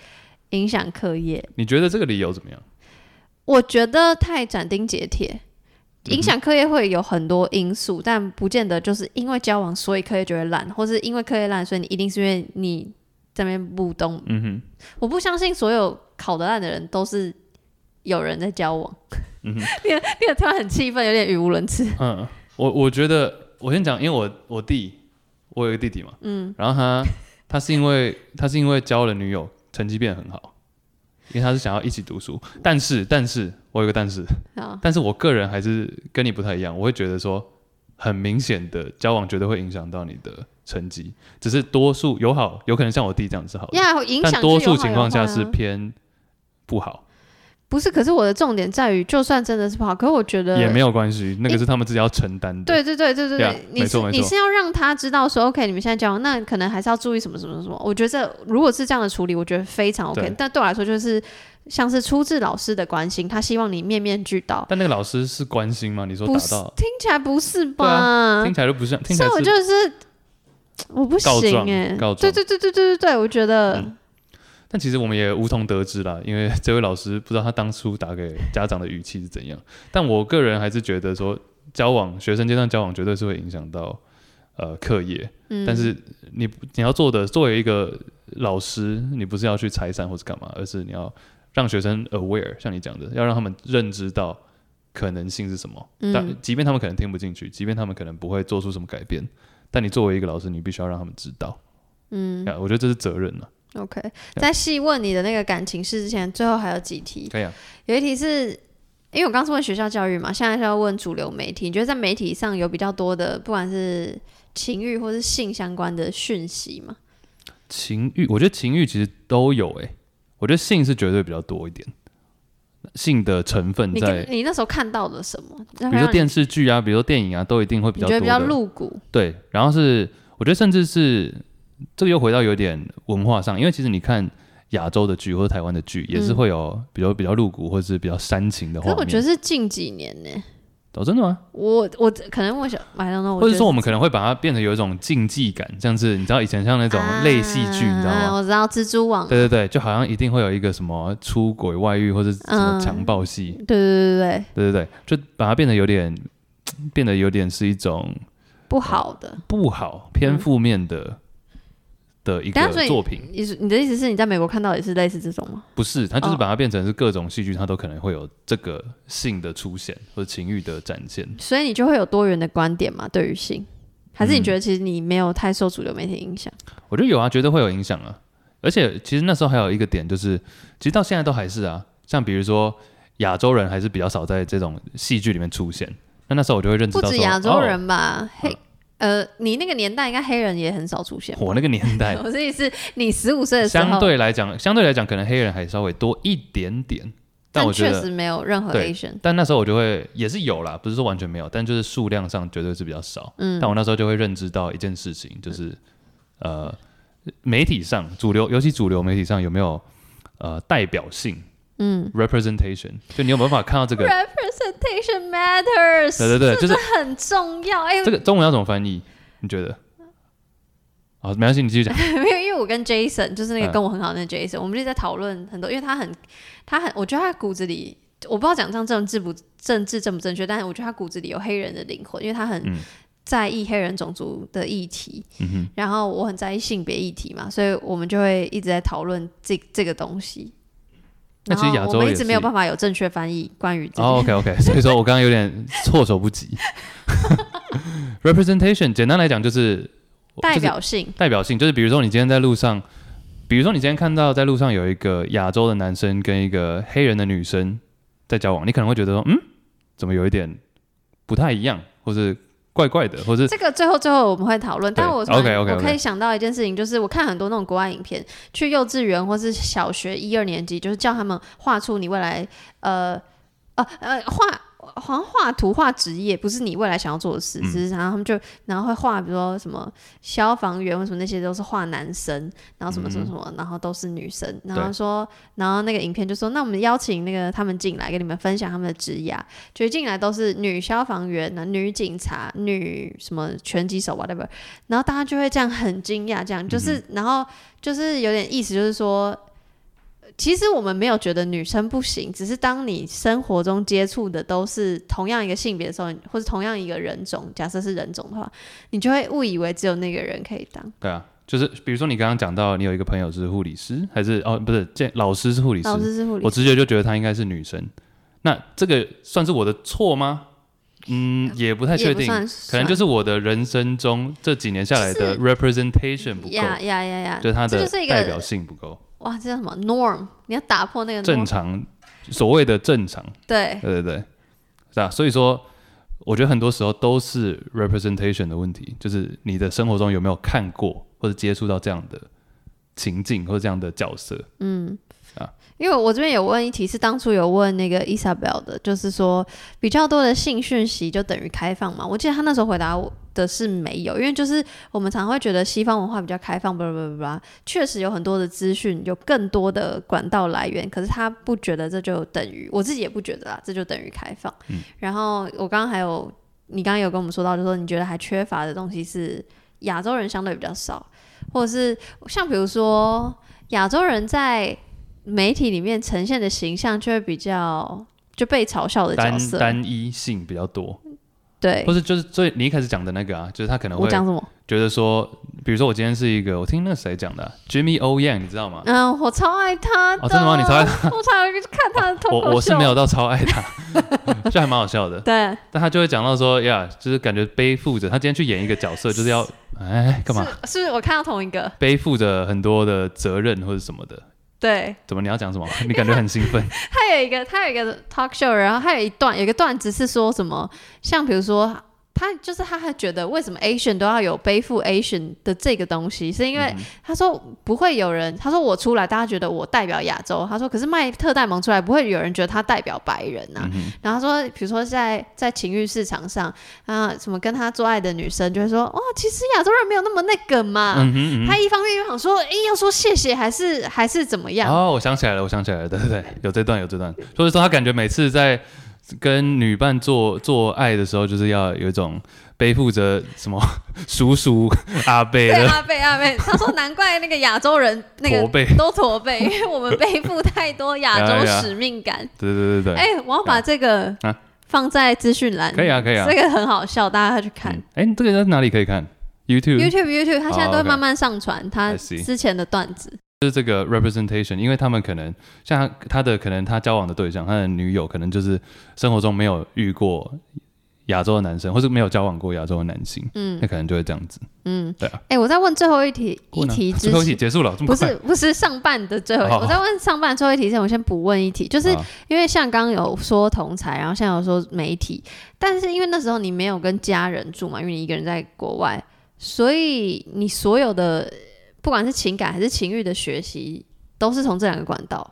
影响课业，你觉得这个理由怎么样？我觉得太斩钉截嗯铁。影响课业会有很多因素，但不见得就是因为交往所以课业就会烂，或是因为课业烂，所以你一定是因为你这边不懂。嗯哼，我不相信所有考得烂的人都是有人在交往。 你有你有突然很气愤，有点语无伦次。嗯，我我觉得我先讲，因为我我弟，我有一个弟弟嘛，嗯，然后他他是因为 他是因为交了女友，成绩变得很好，因为他是想要一起读书，但是但是我有个但是，啊，但是我个人还是跟你不太一样，我会觉得说，很明显的交往绝对会影响到你的成绩，只是多数有好，有可能像我弟这样是好的，呀，影 响但是有多好数情况有坏下啊是偏不好，不是？可是我的重点在于，就算真的是不好，可是我觉得也没有关系，那个是他们自己要承担的。对对对对对呀对，你没错是没你错是要让他知道说，OK，你们现在交往，那可能还是要注意什么什么什么。我觉得这如果是这样的处理，我觉得非常 OK 对。但对我来说，就是像是出自老师的关心，他希望你面面俱到，但那个老师是关心吗？你说不打是到，听起来不是吧？对啊听起来就不像，听起所来以我是啊就是我不告行状哎、告状嗯对对对对对对对，我觉得、但其实我们也无从得知啦，因为这位老师不知道他当初打给家长的语气是怎样。但我个人还是觉得说，交往学生阶段交往绝对是会影响到呃课业，嗯，但是你你要做的，作为一个老师，你不是要去拆散或是干嘛，而是你要让学生 aware，像你讲的，要让他们认知到可能性是什么。嗯但即便他们可能听不进去，即便他们可能不会做出什么改变，但你作为一个老师，你必须要让他们知道。嗯，我觉得这是责任啊了。 OK，在细问你的那个感情事之前，最后还有几题，可以啊，有一题是，因为我刚是问学校教育嘛，现在是要问主流媒体。你觉得在媒体上有比较多的，不管是情欲或是性相关的讯息吗？情欲，我觉得情欲其实都有诶、我觉得性是绝对比较多一点，性的成分你嗯在跟，你那时候看到了什么？比比如说电视剧啊，比如说电影啊，都一定会比你较觉多得的。比较露骨？对，然后是我觉得甚至是这个又回到有点文化上，因为其实你看亚洲的剧或者台湾的剧也是嗯会有比较比较露骨或是比较煽情的画可是面。我觉得是近几年呢、哦，真的吗？我我可能我想买到那，或者说我们可能会把它变得有一种竞技感，像是你知道以前像那那种类戏剧，你知道吗？啊我知道蜘蛛网，对对对对，就好像一定会有一个什么出轨、外遇或者什嗯么强暴戏，对对对对，对对对，就把它变得有点，变得有点是一种不好的。不好、偏负面的、的一嗯等下所个以作品。你是你的意思是你在美国看到也是类似这种吗？不是，它就是哦把它变成是各种戏剧，它都可能会有这个性的出现或者情欲的展现。所以你就会有多元的观点嘛？对于性，还嗯是你觉得其实你没有太受主流媒体影响？我觉得有啊，绝对会有影响啊。而且其实那时候还有一个点，就是其实到现在都还是啊，像比如说亚洲人还是比较少在这种戏剧里面出现，那那时候我就会认知不到止说亚洲哦人吧，黑呃，你那个年代应该黑人也很少出现吧。我那个年 代，我自己是你十五岁的时候，相对来讲，相对来讲，可能黑人还稍微多一点点，但但我觉确得，实没有任何对 Asian。但那时候我就会也是有啦，不是说完全没有，但就是数量上绝对是比较少。嗯但我那时候就会认知到一件事情，就是、呃，媒体上主流，尤其主流媒体上有没有呃代表性嗯 （representation），就你有没有办法看到 这个？ ，representation matters，对对对，就是很重要。哎、这个中文要怎么翻译？你觉得？好，没关系，你继续 讲。没有，因为我跟 Jason 就是那个嗯跟我很好的那个 Jason，、我们就在讨论很多，因为他很，他很，我觉得他骨子里，我不知道讲这样政治不政治正不正确，但是我觉得他骨子里有黑人的灵魂，因为他很嗯在意黑人种族的议题，嗯哼，然后我很在意性别议题嘛，所以我们就会一直在讨论这这个东西。那其实然后亚洲我们一也直没有是办法有正确翻译关于这个。哦、o k OK，所以说我刚刚有点措手不 及。Representation 简单来讲就是代就是表性，代表性，就是比如说你今天在路上，比如说你今天看到在路上有一个亚洲的男生跟一个黑人的女生在交往，你可能会觉得说，嗯，怎么有一点不太一样，或是怪怪的，或是这个最后最后我们会讨论。对但我 OK，OK，OK 我可以想到一件事情，就是我看很多那种国外影片，去幼稚园或是小学一二年级，就是叫他们画出你未来呃呃呃画。好像画图、画职业不是你未来想要做的事，嗯只是然后他们就然后会画，比如说什么消防员，为什么那些都是画男生，然后什么什么什么，然后都是女生，然后嗯对说，然后那个影片就说，那我们邀请那个他们进来，跟你们分享他们的职业啊，就进来都是女消防员、啊女警察、女什么拳击手 whatever，然后大家就会这样很惊讶，嗯这样就是，然后就是有点意思，就是说，其实我们没有觉得女生不行，只是当你生活中接触的都是同样一个性别的时候，或是同样一个人种，假设是人种的话，你就会误以为只有那个人可以 当对啊，就是比如说你刚刚讲到你有一个朋友是护理师，还是哦不是，这老师是护理师，老师是护理我，直觉就觉得她应该是女生。那这个算是我的错吗？嗯，也不太确也不定，算，可能就是我的人生中这几年下来的 representation 不够，呀呀呀呀，就是它这的就是一代表个性不够，哇，这叫什么 norm？你要打破那个 norm, 正常所谓的正常，对。对对对，是啊，所以说。我觉得很多时候都是 representation 的问题，就是你的生活中有没有看过或者接触到这样的情境或者这样的角色。因为我这边有问一题，是当初有问那个 Isabel 的，就是说比较多的性讯息就等于开放嘛？我记得他那时候回答我的是没有，因为就是我们常会觉得西方文化比较开放，不不不不，确实有很多的资讯，有更多的管道来源，可是他不觉得这就等于，我自己也不觉得啊啦，这就等于开放。嗯然后我刚刚还有，你刚刚有跟我们说到，就说你觉得还缺乏的东西是亚洲人相对比较少，或者是像比如说亚洲人在媒体里面呈现的形象就会比较就被嘲笑的角单色，单一性比较多，对或，是就是最你一开始讲的那个啊，就是他可能我会讲什么？觉得说，比如说我今天是一个，我听那谁讲的啊、j i m m y O Yang，你知 道吗？嗯，我超爱他的，哦真的吗你超爱他， 我常常去看他的脱口秀，我我是没有到超爱他， 就还蛮好笑的。对，但他就会讲到说，呀，就是感觉背负着他今天去演一个角色，就是要哎干嘛是？是我看到同一个，背负着很多的责任或者什么的。对，怎么你要讲什么？ 你感觉很兴 奋，他有一个，他有一个 talk show，然后他有一段，有一个段子是说什么，像比如说，他就是他还觉得为什么 Asian 都要有背负 Asian 的这个东西，是因为嗯他说不会有人，他说我出来，大家觉得我代表亚洲，他说可是卖特戴蒙出来，不会有人觉得他代表白人嗯呐、然后他说，比如说在在情欲市场上啊，什么跟他做爱的女生就会说，哇，其实亚洲人没有那么那个嘛。嗯哼嗯啊他哼。一方面又想说，诶，要说谢谢还是还是怎么样？哦，我想起来了，我想起来了，对对对，有这段有这段，就是说他感觉每次在跟女伴做做爱的时候，就是要有一种背负着什么 叔叔阿伯对的阿贝阿贝，他说难怪那个亚洲人那驼个背，都驼背，因为我们背负太多 亚哎洲呀使命感。对对对对对，哎、我要把这个啊放在资讯栏，可以啊可以啊这个很好笑，大家去看。嗯哎、这个在哪里可以看？YouTube YouTube YouTube，他现在哦都会 OK 慢慢上传他 I see 之前的段子。就是这个 representation，因为他们可能像他他的可能他交往的对象，他的女友可能就是生活中没有遇过亚洲的男生，或是没有交往过亚洲的男性，嗯那可能就会这样子。嗯，对啊。哎、我在问最后一题一问啊题之最后一题前，结束了，这么不快是不是上半的最后一题，哦我在问上半最后一题之前，我先补问一题，就是好因为像刚刚有说同才，然后现在有说媒体，但是因为那时候你没有跟家人住嘛，因为你一个人在国外，所以你所有的不管是情感还是情欲的学习，都是从这两个管道，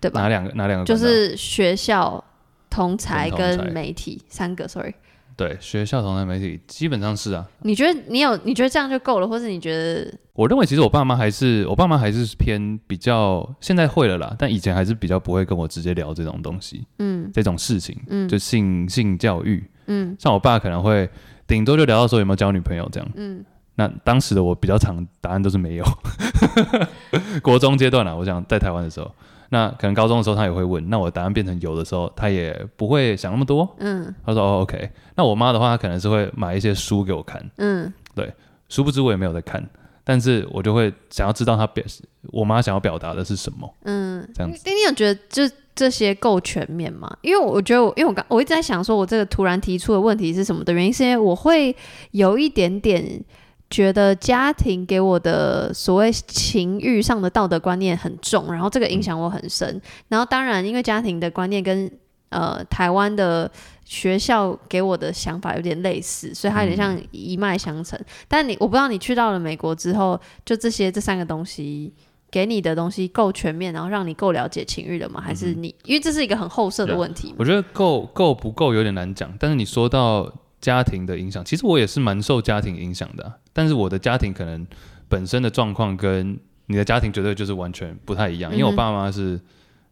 对吧哪？两个哪两个管道？就是学校、同才跟同才跟媒体三个，sorry。对学校同台媒体基本上是啊。你觉得你有你觉得这样就够了，或是你觉得我认为其实我爸妈还是我爸妈还是偏比较现在会了啦，但以前还是比较不会跟我直接聊这种东西，嗯这种事情，嗯就性性教育，嗯像我爸可能会顶多就聊到说有没有交女朋友这样。嗯那当时的我比较常答案都是没有， 国中阶段啦，啊我想在台湾的时候，那可能高中的时候他也会问，那我答案变成有的时候他也不会想那么多，嗯他说哦 OK，那我妈的话她可能是会买一些书给我看，嗯殊不知我也没有在看，但是我就会想要知道她表我妈想要表达的是什么，嗯，这样子那你有觉得这这些够全面吗？因为我觉得我，因为我刚我一直在想，说我这个突然提出的问题是什么的原因，是因为我会有一点点觉得家庭给我的所谓情欲上的道德观念很重，然后这个影响我很深。然后当然，因为家庭的观念跟呃台湾的学校给我的想法有点类似，所以它有点像一脉相承。但你我不知道你去到了美国之后，就这些这三个东西给你的东西够全面，然后让你够了解情欲了吗？还嗯是你因为这是一个很后设的问题嘛？我觉得够够不够有点难讲，但是你说到家庭的影响，其实我也是蛮受家庭影响的啊、但是我的家庭可能本身的状况跟你的家庭绝对就是完全不太一样，因为我嗯哼爸妈是，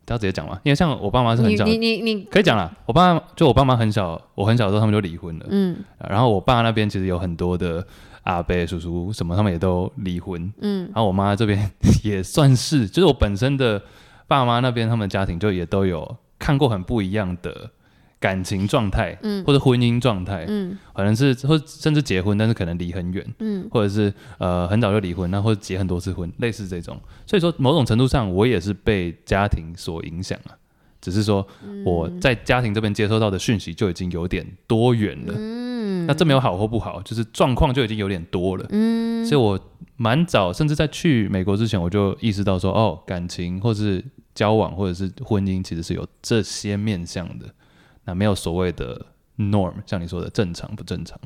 要直接讲嘛，因为像我爸妈是很你小，你你你可以讲啦，我爸就我爸妈很小，我很小的时候他们就离婚了，嗯啊然后我爸那边其实有很多的阿伯、叔叔什么，他们也都离婚。嗯然后我妈这边 也算是，就是我本身的爸妈那边，他们家庭就也都有看过很不一样的感情状态，嗯或者婚姻状态，嗯可能是或甚至结婚，但是可能离很远，嗯或者是呃很早就离婚，那或者结很多次婚，类似这种。所以说，某种程度上，我也是被家庭所影响啊。只是说嗯我在家庭这边接收到的讯息就已经有点多元了，嗯那这没有好或不好，就是状况就已经有点多了。嗯所以我蛮早，甚至在去美国之前，我就意识到说，哦，感情或是交往或者是婚姻，其实是有这些面向的。那没有所谓的 norm，像你说的正常不正常。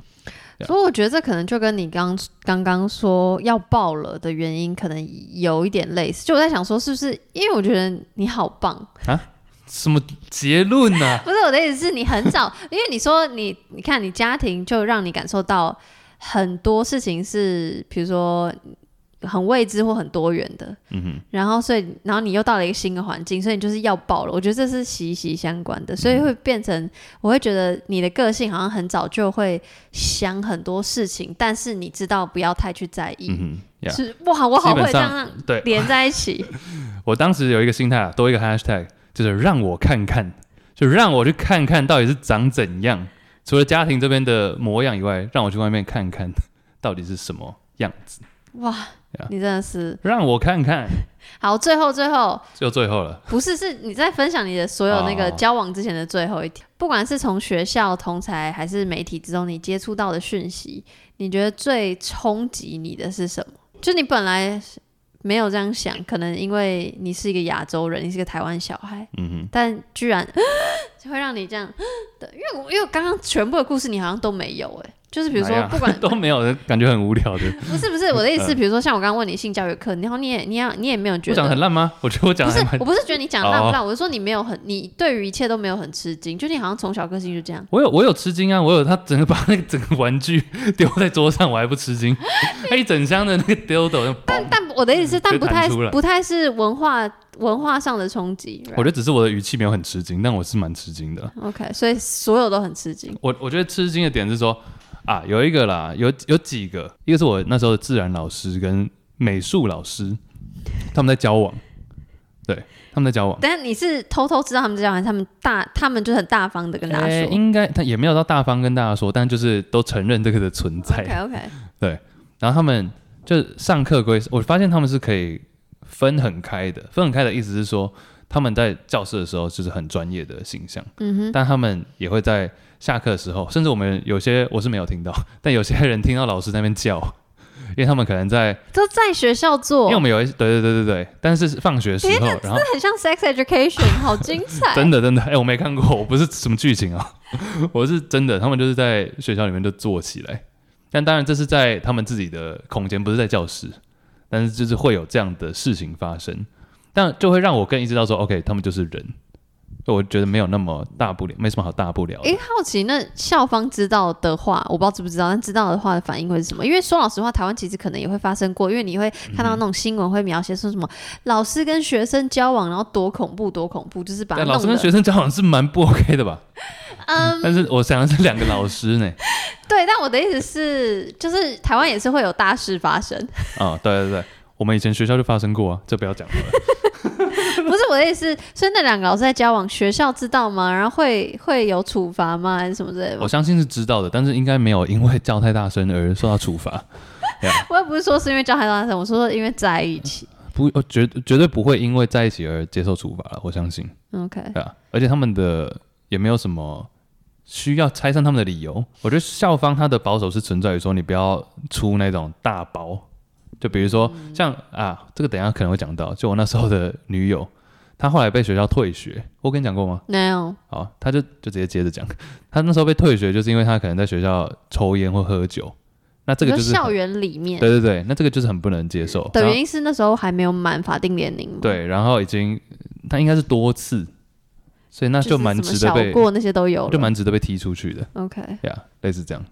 所以我觉得这可能就跟你刚刚刚说要爆了的原因，可能有一点类似。就我在想说，是不是因为我觉得你好棒？什么结论啊呢、不是我的意思是你很早， 因为你说你你看你家庭就让你感受到很多事情是，比如说很未知或很多元的。嗯哼，然后，所以，然后你又到了一个新的环境，所以你就是要爆了。我觉得这是息息相关嗯的，所以会变成，我会觉得你的个性好像很早就会想很多事情，但是你知道不要太去在意。嗯哼，Yeah，是哇，我好基会本这上样让对连在一起。我当时有一个心态啊，多一个 hashtag，就是让我看看，就让我去看看到底是长怎样。除了家庭这边的模样以外，让我去外面看看 到底是什么样子，哇 Yeah，你真的是让我看看。好。最后，最后，就最后了， 不是，是你在分享你的所有那个哦交往之前的最后一条，不管是从学校、同才还是媒体之中，你接触到的讯息，你觉得最冲击你的是什么？就你本来没有这样想，可能因为你是一个亚洲人，你是个台湾小孩，嗯哼。但居然 就会让你这样的，因为我因为我刚刚全部的故事你好像都没有哎、就是比如哪说样 不管都没有，感觉很无聊的。不是不是我的意思，比如说像我刚刚问你性教育课，然后你也你也你也没有觉我得讲得很烂吗？我觉得我讲不的是还，蛮……哦我不是觉得你讲得烂不烂，我是说你没有很，你对于一切都没有很吃惊，就你好像从小个性就这样。我有我有吃惊啊！我有他整个把那个整个玩具丢在桌上，我还不吃 惊。他一整箱的那个丢斗，但但我的意思是，但不嗯就太弹出来不太是文化文化上的冲击。我觉得只是我的语气没有很吃惊，但我是蛮吃惊的。 OK，所以所有都很吃惊。我我觉得吃惊的点是说啊，有一个啦，有有几个，一个是我那时候的自然老师跟美术老师，他们在交往，对，他们在交往。但你是偷偷知道他们这样，还是他们大他们就很大方的跟大家诶说应该他也没有到大方跟大家说，但就是都承认这个的存在。 ？OK OK，然后他们就上课归，我发现他们是可以分很开的。分很开的意思是说，他们在教室的时候就是很专业的形象，嗯哼，但他们也会在下课的时候，甚至我们有些我是没有听到， 但有些人听到老师在那边叫，因为他们可能在，都在学校做，因为我们有一对对对对对，但是是放学时候，然后很像 sex education，好精 彩。真的真的，哎、我没看过，我不是什么剧情啊， 我是真的，他们就是在学校里面就坐起来，但当然这是在他们自己的空间，不是在教室，但是就是会有这样的事情发生，但就会让我更意识到说，OK，他们就是人，我觉得没有那么大不了，没什么好大不了的。诶、好奇，那校方知道的话，我不知道知不知道，但知道的话的反应会是什么？因为说老实话，台湾其实可能也会发生过，因为你会嗯看到那种新闻会描写说什么、老师跟学生交往，然后多恐怖多恐怖，就是把但他老弄师跟得学生交往是蛮不 OK 的吧？嗯，但是我想的是两个老师呢，对。但我的意思是，就是台湾也是会有大事发生， 啊、对对对，我们以前学校就发生过啊，这不要讲了。不是我的意思是。所以那两个老师在交往，学校知道吗？然后会会有处罚吗？还是什么之类的我吗？相信是知道的，但是应该没有因为叫太大声而受到处罚，我也不是说是因为交孩子，我说因为在一起。不，呃绝绝对不会因为在一起而接受处罚了，我相信， OK，对啊，而且他们的也没有什么需要拆散他们的理由。我觉得校方他的保守是存在于说，你不要出那种大包，就比如说嗯像啊，这个等一下可能会讲到，就我那时候的女友，她后来被学校退学，我跟你讲过吗？没有，好，他就就直接接着讲， 他那时候被退学，就是因为他可能在学校抽烟或喝酒，那这个你就说是校很园里面对对对，那这个就是很不能接受。的然后原因是那时候还没有满法定年龄嘛，，对，然后已经他应该是多次，所以那就是蛮什么值得小被过那些都有了，就蛮值得被踢出去的 OK。呀类似这样，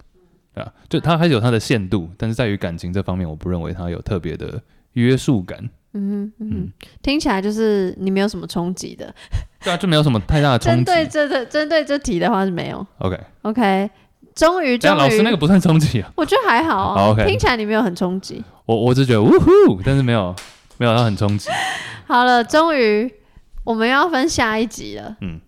对啊，就他还是有他的限度，但是在于感情这方面，我不认为他有特别的约束感，嗯哼嗯嗯哼，听起来就是你没有什么冲击的。对啊，就没有什么太大的针冲击。对这这针对这题的话是没有。 OK， OK，终于这终样老师那于个，不算冲击啊，我觉得还好啊好，OK 听起来你没有很冲击。我我只觉得呜呼，但是没有没有他很冲击。好了，终于我们要分下一集了。嗯，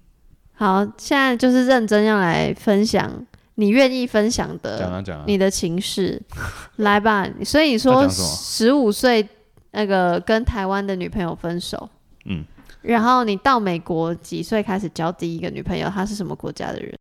好，现在就是认真要来分享你愿意分享讲的啊讲啊，呃你的情事， 来吧。所以你要说讲什么十五岁那个跟台湾的女朋友分手，嗯。然后你到美国几岁开始交第一个女朋友？她是什么国家的人？